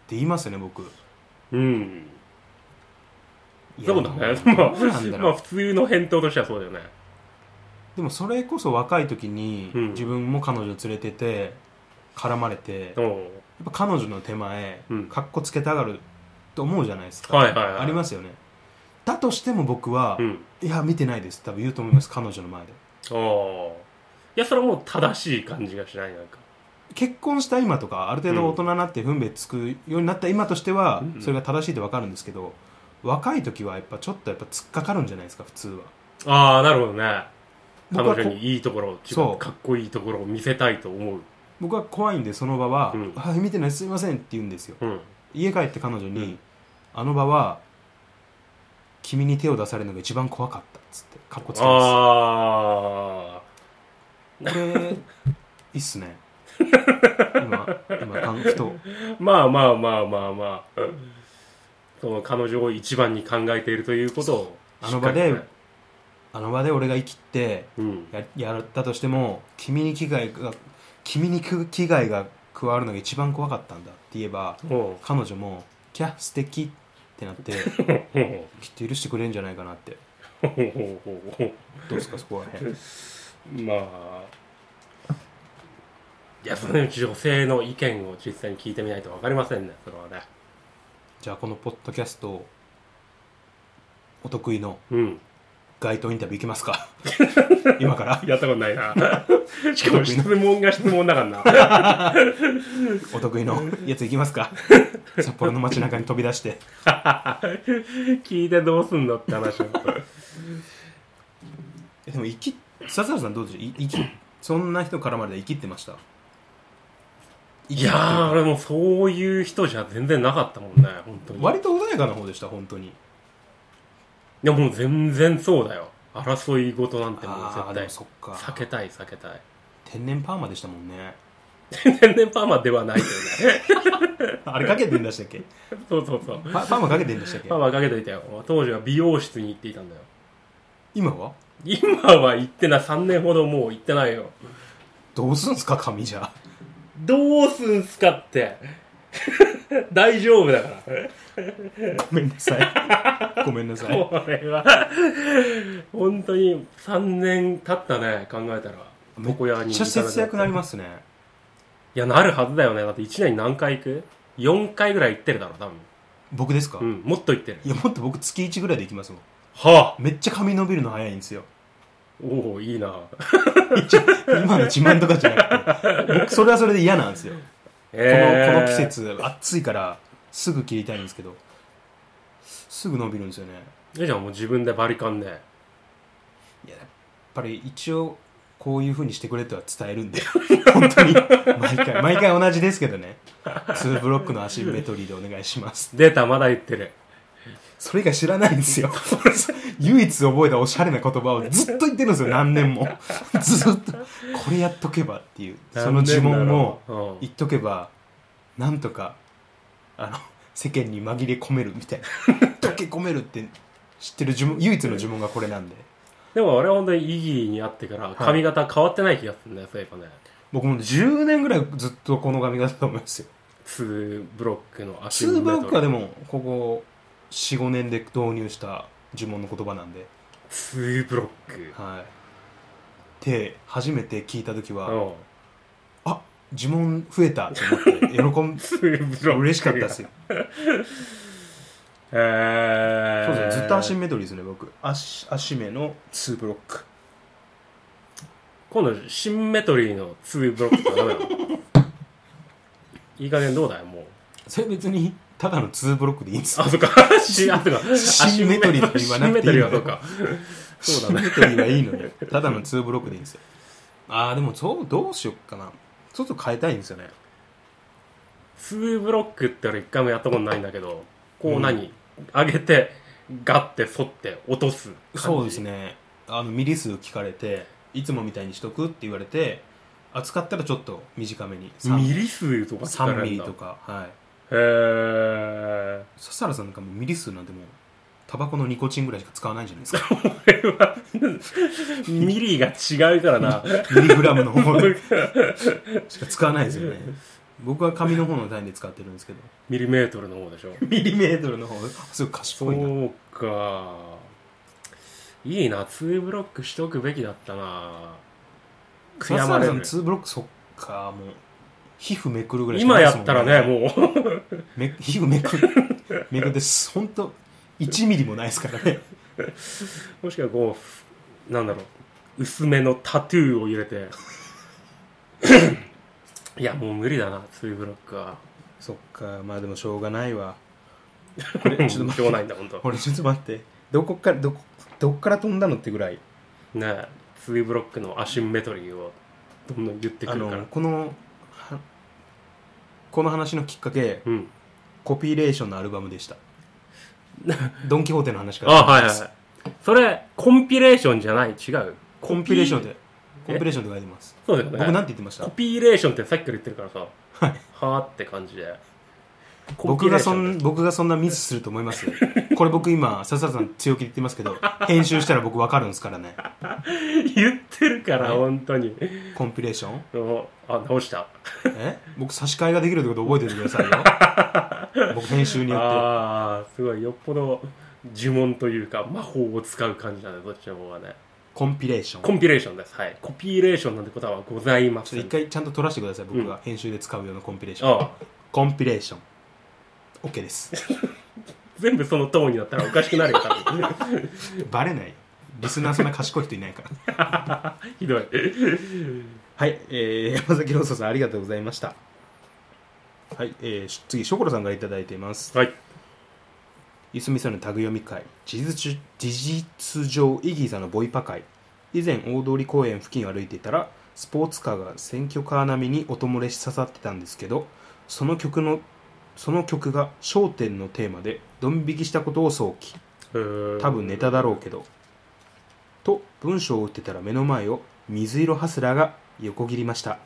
Speaker 1: って言いますよね僕
Speaker 2: うん。
Speaker 1: いや
Speaker 2: そうだね。
Speaker 1: どう
Speaker 2: まあ、
Speaker 1: なんだ
Speaker 2: ま
Speaker 1: ろう
Speaker 2: あ、普通の返答としてはそうだよね。
Speaker 1: でもそれこそ若い時に、
Speaker 2: うん
Speaker 1: 自分も彼女連れてて絡まれて
Speaker 2: う
Speaker 1: やっ
Speaker 2: ん。
Speaker 1: ぱ彼女の手前
Speaker 2: うん
Speaker 1: かっこつけたがると思うじゃないですか、
Speaker 2: はいはいはい
Speaker 1: ありますよねだとしても僕は、
Speaker 2: うん。
Speaker 1: いや見てないです多分言うと思います彼女の前で
Speaker 2: ああ。いや、それはもう正しい感じがしない、なんか。
Speaker 1: 結婚した今とかある程度大人になって分別つくようになった今としては、
Speaker 2: うん
Speaker 1: それが正しいって分かるんですけど若い時はやっぱちょっとやっぱ突っかかるんじゃないですか普通は
Speaker 2: ああ、なるほどね。
Speaker 1: 僕
Speaker 2: 彼
Speaker 1: はこ
Speaker 2: 女にいいところ、自
Speaker 1: そ
Speaker 2: 分
Speaker 1: う
Speaker 2: かっこいいところを見せたいと思う。
Speaker 1: 僕は怖いんでその場は「
Speaker 2: うん
Speaker 1: あ見てないすいません」って言うんですよ
Speaker 2: うん。
Speaker 1: 家帰って彼女に、
Speaker 2: うん
Speaker 1: あの場は君に手を出されるのが一番怖かった」っつってかっこつけま
Speaker 2: ああ。
Speaker 1: すこれいいっすね今今感ふと
Speaker 2: まあまあまあまあまあ。その彼女を一番に考えているということを。
Speaker 1: あの場で
Speaker 2: しっか
Speaker 1: あの場で俺が生きて
Speaker 2: りねうん。
Speaker 1: ややったとしても君に危害が君にく危害が加わるのが一番怖かったんだって言えば
Speaker 2: おう
Speaker 1: 彼女も「キャ素敵ってなって
Speaker 2: ほうほ
Speaker 1: きっと許してくれるんじゃないかなって
Speaker 2: うほうほうほうほう。
Speaker 1: どうですかそこら辺
Speaker 2: まあいやそのうち女性の意見を実際に聞いてみないと分かりませんねそれはね
Speaker 1: じゃあこのポッドキャストお得意の
Speaker 2: うん
Speaker 1: 街頭インタビュー行きます か今から
Speaker 2: やったことないなしかも質問が質問だからな
Speaker 1: お得意のやつ行きますか札幌の街中に飛び出して
Speaker 2: 聞いてどうすんのって話
Speaker 1: えでも生き笹原さんどうでしょうい生きそんな人からまで生きってました
Speaker 2: いやー俺もうそういう人じゃ全然なかったもんね本当に
Speaker 1: 割と穏やかな方でした本当に
Speaker 2: いやもう全然そうだよ争い事なんてもう
Speaker 1: ああーでも
Speaker 2: 絶
Speaker 1: そっか
Speaker 2: 対避けたい避けたい
Speaker 1: 天然パーマでしたもんね
Speaker 2: 天然パーマではないけどね
Speaker 1: あれかけてんでしたっけ
Speaker 2: そうそうそう
Speaker 1: パパーマかけてんでしたっけ
Speaker 2: パーマかけといたよ当時は美容室に行っていたんだよ
Speaker 1: 今は
Speaker 2: 今は行ってない3年ほどもう行ってないよ
Speaker 1: どうすんすか髪じゃ
Speaker 2: どうすんすかって 大丈夫だから
Speaker 1: ごめんなさいごめんなさい
Speaker 2: これは本当に3年経ったね考えたら床屋
Speaker 1: め
Speaker 2: に
Speaker 1: っちゃ節約なり
Speaker 2: い
Speaker 1: ますね
Speaker 2: やなるはずだよねだって1年に何回行く ?4 回ぐらい行ってるだろ多分
Speaker 1: 僕ですか、
Speaker 2: うんもっと行ってる
Speaker 1: いやもっと僕月1ぐらいで行きますもん
Speaker 2: はあ
Speaker 1: めっちゃ髪伸びるの早いんですよ
Speaker 2: おおいいな
Speaker 1: 今の自慢とかじゃなくて僕それはそれで嫌なんですよ、このこの季節暑いからすぐ切りたいんですけどすぐ伸びるんですよね
Speaker 2: えじゃあもう自分でバリカンで
Speaker 1: いややっぱり一応こういうふうにしてくれとは伝えるんで 本当に毎回毎回同じですけどね2ブロックのアシンメトリーでお願いします
Speaker 2: 出たまだ言ってる
Speaker 1: それ以外知らないんですよ 唯一覚えたおしゃれな言葉をずっと言ってるんですよ何年もずっとこれやっとけばっていうその呪文を
Speaker 2: を
Speaker 1: 言っとけばなんとかあの 世間に紛れ込めるみたいな 溶け込めるって知ってる呪文唯一の呪文がこれなんで
Speaker 2: でも俺は本当に意義に会ってから髪型変わってない気がするんだよ、そういえばね
Speaker 1: 僕もう10年ぐらいずっとこの髪型だと思いますよ
Speaker 2: 2ブロックの足
Speaker 1: 2ブロックはでもここ45年で導入した呪文の言葉なんで、
Speaker 2: 2ブロック
Speaker 1: はい、って初めて聞いた時は、
Speaker 2: うん
Speaker 1: あ呪文増えたと思って 喜ん嬉しかったですよ
Speaker 2: へえ
Speaker 1: そうですねずっとアシンメトリーですね僕足足目の2ブロック
Speaker 2: 今度シンメトリーの2ブロックとかダメ なのいい加減どうだよもう
Speaker 1: それ別にただの2ブロックでいいんですよ
Speaker 2: あそっかしあそっか
Speaker 1: シンメトリーとか言わなくていいんだよ
Speaker 2: シンメトリーはそうかそうだね
Speaker 1: シンメトリーはいいのにただの2ブロックでいいんですよああでもそうどうしよっかなちょっと変えたいんですよね
Speaker 2: 2ブロックって俺一回もやったことないんだけどこう何、上げてガッて反って落とす
Speaker 1: そうです
Speaker 2: ね
Speaker 1: ねあのミリ数聞かれていつもみたいにしとくって言われて扱ったらちょっと短めに
Speaker 2: ミ
Speaker 1: リ
Speaker 2: リ数とか聞かれるんだ
Speaker 1: 3ミリとかはい
Speaker 2: へえ
Speaker 1: 笹原さんなんかもうミリ数なんてもうタバコのニコチンぐらいしか使わないんじゃないですか
Speaker 2: ミリが違うからな
Speaker 1: ミリグラムの方 でしか使わないですよね僕は紙の方の単位で使ってるんですけど
Speaker 2: ミリメートルの方でしょ
Speaker 1: ミリメートルの方すごい
Speaker 2: そ
Speaker 1: 賢いな
Speaker 2: うかいいな2ブロックしとくべきだったな悔や
Speaker 1: 笹
Speaker 2: ま
Speaker 1: 原
Speaker 2: れ
Speaker 1: さん
Speaker 2: る
Speaker 1: 2ブロックそっかもう皮膚めくるぐらいしか
Speaker 2: 今
Speaker 1: ないで
Speaker 2: や
Speaker 1: すも
Speaker 2: っ
Speaker 1: ん
Speaker 2: たらねもう
Speaker 1: め皮膚めくるめくってほんと1ミリもないですからね
Speaker 2: もしかこうなんだろう薄めのタトゥーを入れて いやもう無理だな2ブロック は
Speaker 1: そっかまあでもしょうがないわこれちょっと待
Speaker 2: し
Speaker 1: っ
Speaker 2: ょう
Speaker 1: て
Speaker 2: がないんだ本 当
Speaker 1: 俺ちょっと待ってどこからどこどこから飛んだのってぐらい
Speaker 2: ねえ2ブロックのアシンメトリーをどんどん言ってく
Speaker 1: あ
Speaker 2: るから
Speaker 1: のこのはこの話のきっかけ
Speaker 2: うん
Speaker 1: コピーレーションのアルバムで したドン・キホーテの話から
Speaker 2: あはいはいそれコンピレーションじゃない違う
Speaker 1: コンピレーションっ
Speaker 2: で
Speaker 1: てコンピレーションって書いてます
Speaker 2: そうだよね
Speaker 1: 僕なんて言ってました
Speaker 2: コピーレーションってさっきから言ってるからさはいはーって感じで
Speaker 1: 僕がそん
Speaker 2: コ
Speaker 1: 僕がそんなミスすると思いますこれ僕今笹田さん強気で言ってますけど編集したら僕分かるんですからね
Speaker 2: ン ピレーションって言ってるから、
Speaker 1: はい
Speaker 2: 本当に
Speaker 1: コンピレーション
Speaker 2: おあ直した
Speaker 1: え僕差し替えができるってこと覚えておいてくださいよ僕編集によっ
Speaker 2: ああすごいよっぽど呪文というか魔法を使う感じなんでどっちの方がね
Speaker 1: てコンピレーション
Speaker 2: コンピレーションですはいコピーレーションなんてことはございま
Speaker 1: ち
Speaker 2: せ
Speaker 1: ょっ
Speaker 2: ん
Speaker 1: と一回ちゃんと取らせてください僕
Speaker 2: う
Speaker 1: が編集で使うようなコンピレーション、
Speaker 2: ああ
Speaker 1: コンピレーション OK です
Speaker 2: 全部そのトーンになったらおかしくなるよ多分
Speaker 1: バレないよリスナーそんな賢い人いないから
Speaker 2: ひどい。
Speaker 1: はい、えー、山崎ローソンさんありがとうございましたはい、えー、し次ショコロさんからいただいています
Speaker 2: はい。
Speaker 1: いすみさんのタグ読み会事実事実上イギーさんのボイパ会以前大通公園付近を歩いていたらスポーツカーが選挙カー並みに音漏れし刺さってたんですけどその曲のその曲が『焦点』のテーマでドン引きしたことを想起多
Speaker 2: 多
Speaker 1: 分ネタだろうけどと文章を打ってたら目の前を水色ハスラーが横切りました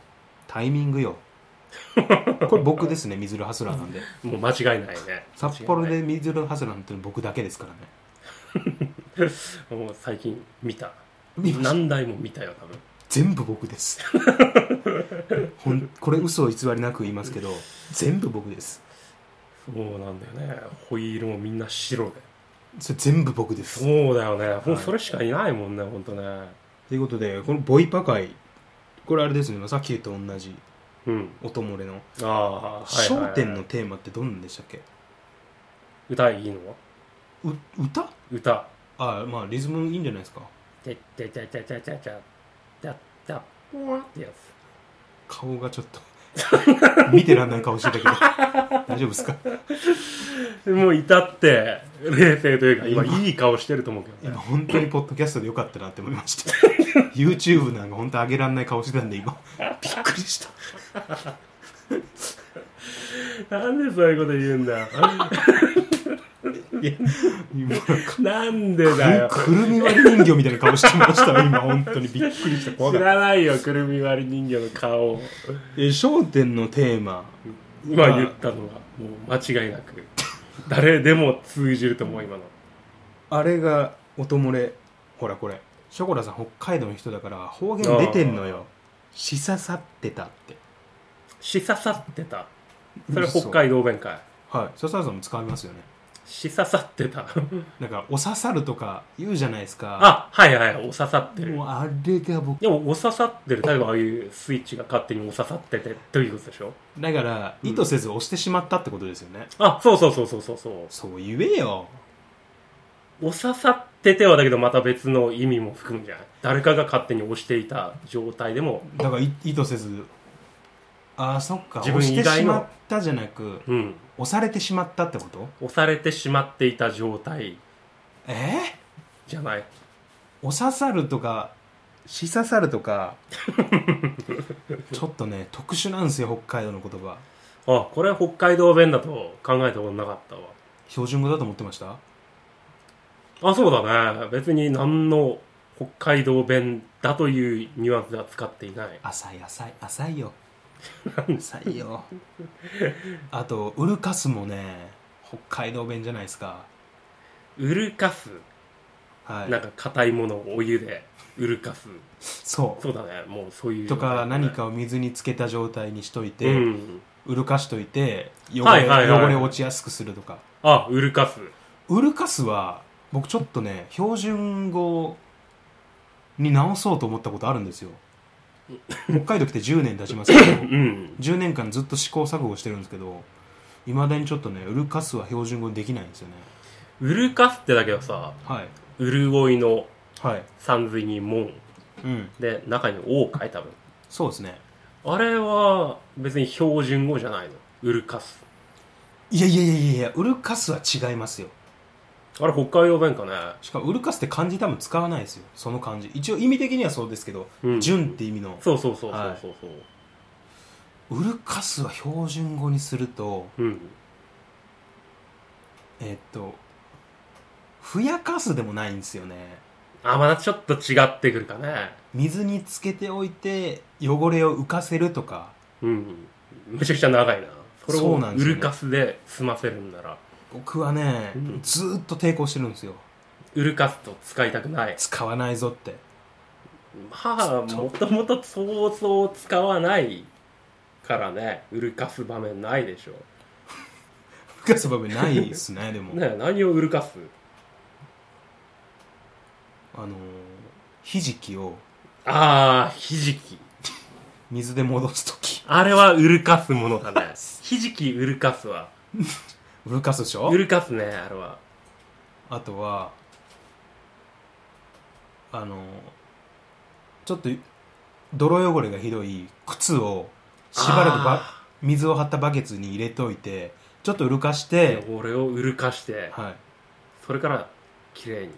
Speaker 1: タイミングよこれ僕ですね水色ハスラーなんで
Speaker 2: もう間 違いないね。
Speaker 1: 札幌で水色ハスラーなんて僕だけですからね
Speaker 2: 間違いない。もう最近見た。
Speaker 1: 見ました
Speaker 2: 何台も見たよ、多分。
Speaker 1: 全部僕です ほんこれ嘘を偽りなく言いますけど全部僕です
Speaker 2: そうなんだよね。ホイールもみんな白で。
Speaker 1: それ全部僕です
Speaker 2: そうだよね。もうそれしかいないもんね、ほんとね。
Speaker 1: ということでこのボイパ会これあれですねさっき言った同じ
Speaker 2: うん。
Speaker 1: 音漏れの
Speaker 2: ああ、
Speaker 1: 『
Speaker 2: はいはいはい
Speaker 1: 焦点』のテーマってどんなんでしたっけ
Speaker 2: 歌いいの
Speaker 1: う歌
Speaker 2: 歌。
Speaker 1: ああまあリズムいいんじゃないですか
Speaker 2: てててててててててぽわってやつ。
Speaker 1: 顔がちょっと見てらんない顔してたけど大丈夫ですか
Speaker 2: もう至って冷静というか、今
Speaker 1: 今
Speaker 2: いい顔してると思うけどね
Speaker 1: 今。本当にポッドキャストでよかったなって思いました YouTube なんか本当上げらんない顔してたんで今びっくりした
Speaker 2: なんでそういうこと言うんだよ。
Speaker 1: 今なんか
Speaker 2: なんでだよ。
Speaker 1: くるみ割り人形みたいな顔してました 今本当にびっくりした怖
Speaker 2: 知
Speaker 1: かった
Speaker 2: らないよ、くるみ割り人形の顔を。
Speaker 1: 『えー笑点』のテーマ
Speaker 2: 今言ったのは、もう間違いなく。誰でも通じると思う、今の。
Speaker 1: あれが音漏れほらこれショコラさん北海道の人だから方言出てんのよしささってたって
Speaker 2: しささってた。それ
Speaker 1: 嘘
Speaker 2: 北海道弁かい。
Speaker 1: はい笹原さんも使いますよね
Speaker 2: しささってた。
Speaker 1: なんか「お刺さる」とか言うじゃないですか
Speaker 2: あ、はいはい、おささってる。
Speaker 1: もうあれが僕
Speaker 2: でも、おささってる。例えば、ああいうスイッチが勝手におささってて、ということでしょ
Speaker 1: だから
Speaker 2: うん
Speaker 1: 意図せず押してしまったってことですよね、
Speaker 2: あ、そうそうそうそうそうそう。
Speaker 1: そう言えよ
Speaker 2: おささっててはだけどまた別の意味も含むじゃない誰かが勝手に押していた状態でも
Speaker 1: だからい意図せずあーそっか
Speaker 2: 自
Speaker 1: 押
Speaker 2: 分
Speaker 1: し
Speaker 2: 以
Speaker 1: て
Speaker 2: 外
Speaker 1: し
Speaker 2: の
Speaker 1: まったじゃなく
Speaker 2: うん
Speaker 1: 押されてしまったってこと
Speaker 2: 押されてしまっていた状態
Speaker 1: えー、
Speaker 2: じゃない
Speaker 1: お刺さるとかし刺さるとか ちょっとね特殊なんですよ北海道の言葉
Speaker 2: あこれは北海道弁だと考えたことなかったわ
Speaker 1: 標準語だと思ってました
Speaker 2: あそうだね別に何の北海道弁だというニュアンスは使っていない
Speaker 1: 浅い浅い浅いよ浅いよあとウルカスもね北海道弁じゃないですか
Speaker 2: うるかす
Speaker 1: はい
Speaker 2: なんか硬いものをお湯でうるかす
Speaker 1: そう
Speaker 2: そうだねもうそういう
Speaker 1: とか何か
Speaker 2: を
Speaker 1: を水につけた状態にしといて、
Speaker 2: うん
Speaker 1: うるかしといて汚れ,、
Speaker 2: はいはいはい
Speaker 1: 汚れ落ちやすくするとか
Speaker 2: あうるかす
Speaker 1: うるかすは僕ちょっとね標準語に直そうと思ったことあるんですよ北海道来て10年経ちますけど
Speaker 2: うん
Speaker 1: 10年間ずっと試行錯誤してるんですけどいまだにちょっとねうるかすは標準語にできないんですよね
Speaker 2: うるかすってだけどさ
Speaker 1: はい
Speaker 2: 潤いの
Speaker 1: はい
Speaker 2: 三髄に門
Speaker 1: うん
Speaker 2: で中に「王」かい多分
Speaker 1: そうですね
Speaker 2: あれは別に標準語じゃないのウルカス
Speaker 1: いやいやいやいやいやうるかすは違いますよ
Speaker 2: あれ北海道弁かね
Speaker 1: しかもウルカスって漢字多分使わないですよその漢字一応意味的にはそうですけど
Speaker 2: うん
Speaker 1: 純って意味の
Speaker 2: そうそうそうそ
Speaker 1: は
Speaker 2: う
Speaker 1: い
Speaker 2: そうそう、
Speaker 1: ウルカスは標準語にすると
Speaker 2: うん
Speaker 1: えっとふやかすでもないんですよね
Speaker 2: あまだちょっと違ってくるかね
Speaker 1: 水につけておいて汚れを浮かせるとか
Speaker 2: うんめちゃくちゃ長いなそれ
Speaker 1: そ
Speaker 2: を
Speaker 1: うなんで
Speaker 2: ウ
Speaker 1: すよね
Speaker 2: ルカスで済ませるんなら
Speaker 1: 僕はね、
Speaker 2: うん
Speaker 1: ずーっと抵抗してるんですよ
Speaker 2: ウルカスと使いたくない
Speaker 1: 使わないぞって
Speaker 2: まあもともとそうそう使わないからねウルカス場面ないでしょ
Speaker 1: ふやかす場面ないっす ねでも、
Speaker 2: ねえ何をウルカス
Speaker 1: あのーひじきを
Speaker 2: ああひじき
Speaker 1: 水で戻す時
Speaker 2: あれはウルカスものだね。 ひじきウルカスは。
Speaker 1: ウルカスでしょ
Speaker 2: ウルカスね、あれは。
Speaker 1: あとはあのちょっと泥汚れがひどい靴をしばらくば水を張ったバケツに入れておいてちょっと浮かして、
Speaker 2: 汚れをうるかして
Speaker 1: はい、
Speaker 2: それから綺麗に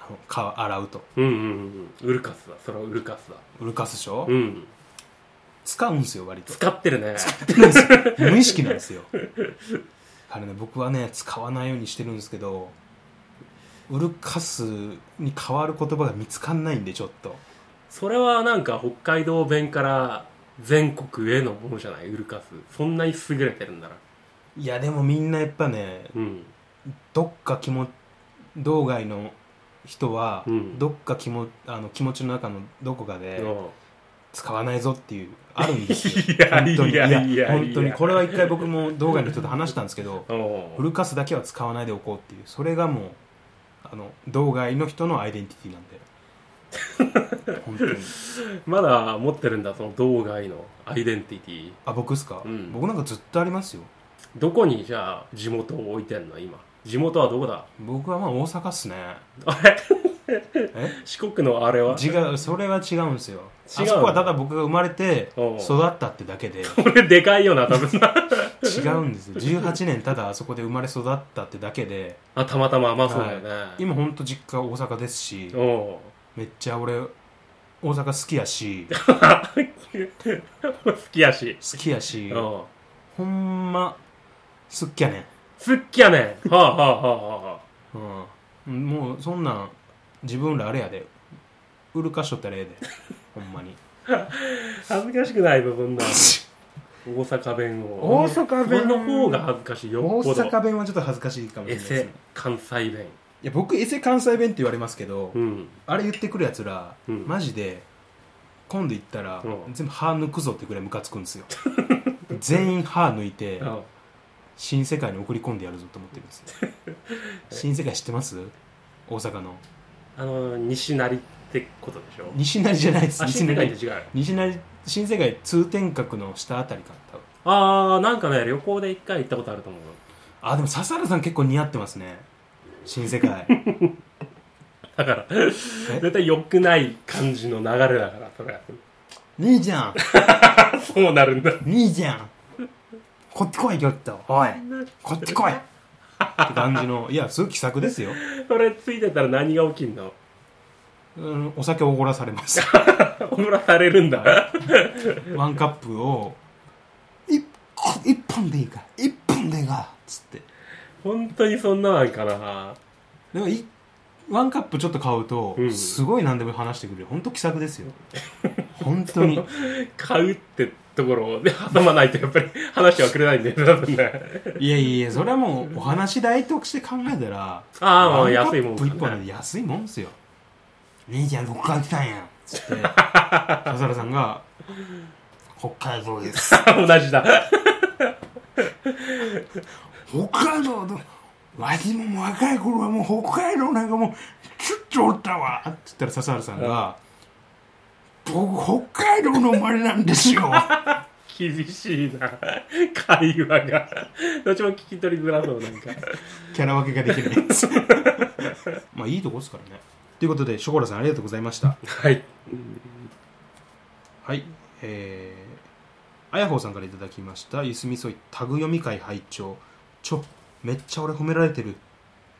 Speaker 1: あの顔洗うと
Speaker 2: うんうんうんうんうるかすだそれはうるかすだ
Speaker 1: 浮かすでしょ、
Speaker 2: うん
Speaker 1: 使うんですよ割と
Speaker 2: 使ってるね
Speaker 1: 無意識なんですよあれね僕はね使わないようにしてるんですけどウルカスに変わる言葉が見つかんないんでちょっと
Speaker 2: それはなんか北海道弁から全国へのものじゃないうるかすそんなに優れてるんだない
Speaker 1: やでもみんなやっぱね
Speaker 2: うん
Speaker 1: どっか気も道外の人は、
Speaker 2: うん
Speaker 1: どっか気もあの気持ちの中のどこかで
Speaker 2: うん
Speaker 1: 使わないぞっていうあるんですよ
Speaker 2: いや
Speaker 1: 本当に
Speaker 2: いやいやいや
Speaker 1: 本当にこれは一回僕も道外の人と話したんですけど
Speaker 2: お
Speaker 1: フルカスだけは使わないでおこうっていうそれがもうあの道外の人のアイデンティティなんで本 当に
Speaker 2: まだ持ってるんだその道外のアイデンティティ
Speaker 1: あ僕ですか、
Speaker 2: うん
Speaker 1: 僕なんかずっとありますよ
Speaker 2: どこにじゃあ地元を置いてんの今地元はどこだ
Speaker 1: 僕はまあ大阪っすね
Speaker 2: あれ
Speaker 1: え
Speaker 2: 四国のあれは
Speaker 1: 違うそれは違うんですよあそ
Speaker 2: 違うの
Speaker 1: こはただ僕が生まれて
Speaker 2: おう
Speaker 1: 育ったってだけで
Speaker 2: これでかいよな多分な
Speaker 1: 違うんですよ18年ただあそこで生まれ育ったってだけ で
Speaker 2: あたまたままあそうだよね、
Speaker 1: 今ほんと実家大阪ですし
Speaker 2: おう
Speaker 1: めっちゃ俺大阪好きや し
Speaker 2: 好きやし
Speaker 1: 好きやし
Speaker 2: おう
Speaker 1: ほんま好きやねん
Speaker 2: すっきやねんはあはあはあはあ
Speaker 1: うん、もうそんなん自分らあれやで売るかしょったらええ でほんまに
Speaker 2: 恥ずかしくないぞそんな大阪弁を
Speaker 1: 大阪弁
Speaker 2: その方が恥ずかしいよ
Speaker 1: 大
Speaker 2: っぽど
Speaker 1: 阪弁はちょっと恥ずかしいかもしれ
Speaker 2: エ
Speaker 1: ないです
Speaker 2: セ
Speaker 1: ね
Speaker 2: 関西弁
Speaker 1: いや僕エセ関西弁って言われますけど、
Speaker 2: うん
Speaker 1: あれ言ってくるやつら、
Speaker 2: うん
Speaker 1: マジで今度行ったら、
Speaker 2: うん
Speaker 1: 全部歯抜くぞってぐらいムカつくんです よ全員歯抜いて
Speaker 2: あ
Speaker 1: 新世界に送り込んでやるぞと思ってるん ですよ新世界知ってます大阪の
Speaker 2: あの西成ってことでしょ
Speaker 1: 西成じゃないです
Speaker 2: あ
Speaker 1: 西
Speaker 2: 新世界っ
Speaker 1: 成
Speaker 2: て違う
Speaker 1: 西成新世界通天閣の下あたりか多分
Speaker 2: ああなんかね旅行で一回行ったことあると思う
Speaker 1: あでも笹原さん結構似合ってますね新世 界
Speaker 2: だから絶対良くない感じの流れだからそれ
Speaker 1: 兄ちゃん
Speaker 2: そうなるんだ
Speaker 1: 兄ちゃんこっち来いちょっとおいこっち来いって感じのいやすごい気さくですよ
Speaker 2: それついてたら何が起きん の
Speaker 1: うんお酒おごらされます
Speaker 2: 怒らされるんだ
Speaker 1: ワンカップを一個一本でいいから一本でいいからつって
Speaker 2: 本当にそんななんかな
Speaker 1: でもいワンカップちょっと買うと、
Speaker 2: うん
Speaker 1: すごい何でも話してくれる本当気さくですよ本当に
Speaker 2: 買うってところで挟まないとやっぱり話してはくれないんだよね多分ね
Speaker 1: いやいやいやそれはもうお話代として考えたら
Speaker 2: ああま
Speaker 1: ワ
Speaker 2: あ
Speaker 1: ンカッ
Speaker 2: 安
Speaker 1: プ
Speaker 2: いもん
Speaker 1: 一
Speaker 2: か
Speaker 1: 本
Speaker 2: ね
Speaker 1: で安いもんですよ兄ちゃんどこから来たんやつ って笹原さんが「北海道です
Speaker 2: 同じだ
Speaker 1: 北海道のわしも若い頃はもう北海道なんかもうちょっとおったわ」って言ったら笹原さんが「僕北海道の生まれなんですよ」
Speaker 2: 厳しいな会話がどっちも聞き取りづらそうなんか
Speaker 1: キャラ分けができないです まあいいとこですからねということでショコラさんありがとうございました
Speaker 2: はい
Speaker 1: はい、えー、あやほうさんからいただきました、ゆすみそいタグ読み会拝聴ちょ、めっちゃ俺褒められてるっ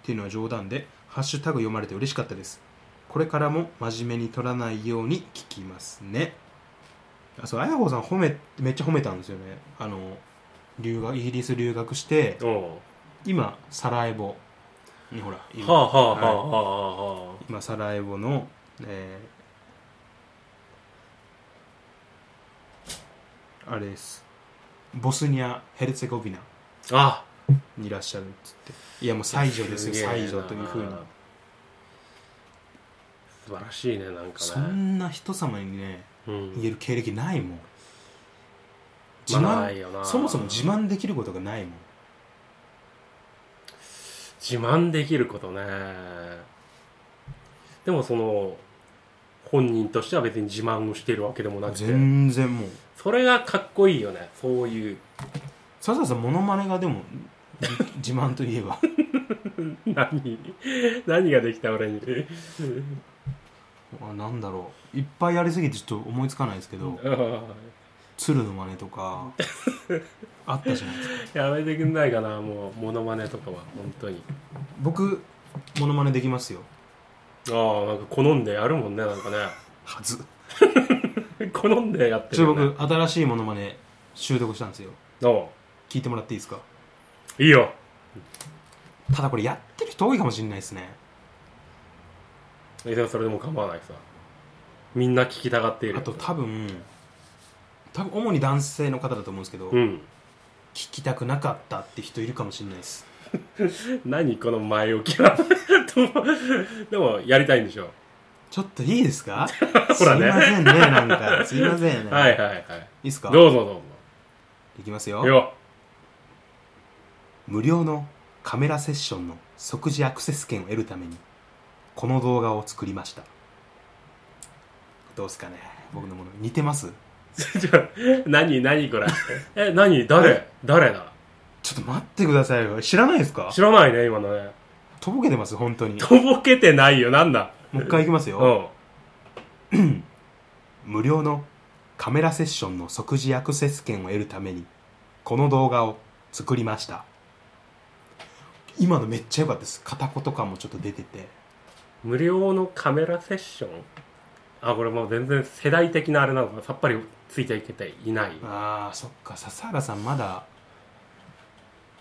Speaker 1: ていうのは冗談で、ハッシュタグ読まれて嬉しかったです。これからも真面目に取らないように聞きますね。あ、そう、あやほうさん褒め、めっちゃ褒めたんですよね。あの、留学、イギリス留学して、
Speaker 2: おう
Speaker 1: 今、サラエボにほら、いる
Speaker 2: はあはあは
Speaker 1: はい
Speaker 2: あはあはあ
Speaker 1: 今サラエボの、えーあれですボスニア・ヘルツェゴビナ
Speaker 2: あ
Speaker 1: にいらっしゃるっつっていやもう西条ですよ
Speaker 2: すげえな
Speaker 1: 西条というふうに
Speaker 2: 素晴らしいねなん
Speaker 1: そ
Speaker 2: かね
Speaker 1: んな人様にね
Speaker 2: うん
Speaker 1: 言える経歴ないもん自
Speaker 2: まあ
Speaker 1: 慢、
Speaker 2: ないよな
Speaker 1: そもそも自慢できることがないもん
Speaker 2: 自慢できることねでもその本人としては別に自慢をしているわけでもなくて
Speaker 1: 全然もう
Speaker 2: それがかっこいいよねそういう
Speaker 1: 笹田さんモノマネがでもじ自慢といえば
Speaker 2: 何何ができた俺に
Speaker 1: あなんだろういっぱいやりすぎてちょっと思いつかないですけど、鶴の真似と かあったじゃないですか
Speaker 2: やめてくんないかなもうモノマネとかは本当に
Speaker 1: 僕モノマネできますよ
Speaker 2: ああなんか好んでやるもんねなんかね
Speaker 1: はず
Speaker 2: 好んでやって
Speaker 1: ちょ
Speaker 2: る、
Speaker 1: っと
Speaker 2: ね、
Speaker 1: 僕新しいモノマネ習得したんですよ
Speaker 2: お
Speaker 1: 聞いてもらっていいですか
Speaker 2: ういいよ
Speaker 1: ただこれやってる人多いかもしれないですね
Speaker 2: 別にそれでも構わないさみんな聞きたがっている
Speaker 1: あと多分多分主に男性の方だと思うんですけど、
Speaker 2: うん
Speaker 1: 聞きたくなかったって人いるかもしれないです
Speaker 2: 何この前置きはでもやりたいんでしょ
Speaker 1: ちょっといいですか
Speaker 2: ほらね
Speaker 1: すいませんねなんかすいませんね
Speaker 2: はい
Speaker 1: い
Speaker 2: はいはい
Speaker 1: いですか
Speaker 2: どうぞど
Speaker 1: いきます
Speaker 2: う
Speaker 1: よ
Speaker 2: ぞよ
Speaker 1: 無料のカメラセッションの即時アクセス権を得るためにこの動画を作りましたどうですかね僕のもの似てます
Speaker 2: ちょ何何これえ何誰誰だ
Speaker 1: ちょっと待ってくださいよ知らないですか
Speaker 2: 知らないね今のね
Speaker 1: とぼけてます本当に
Speaker 2: とぼけてないよなんだ
Speaker 1: もう一回いきますよ、
Speaker 2: うん
Speaker 1: 無料のカメラセッションの即時アクセス権を得るためにこの動画を作りました今のめっちゃ良かったです片言感もちょっと出てて
Speaker 2: 無料のカメラセッションあこれもう全然世代的なあれなのかさっぱりついていけていない
Speaker 1: あーそっか笹原さんまだ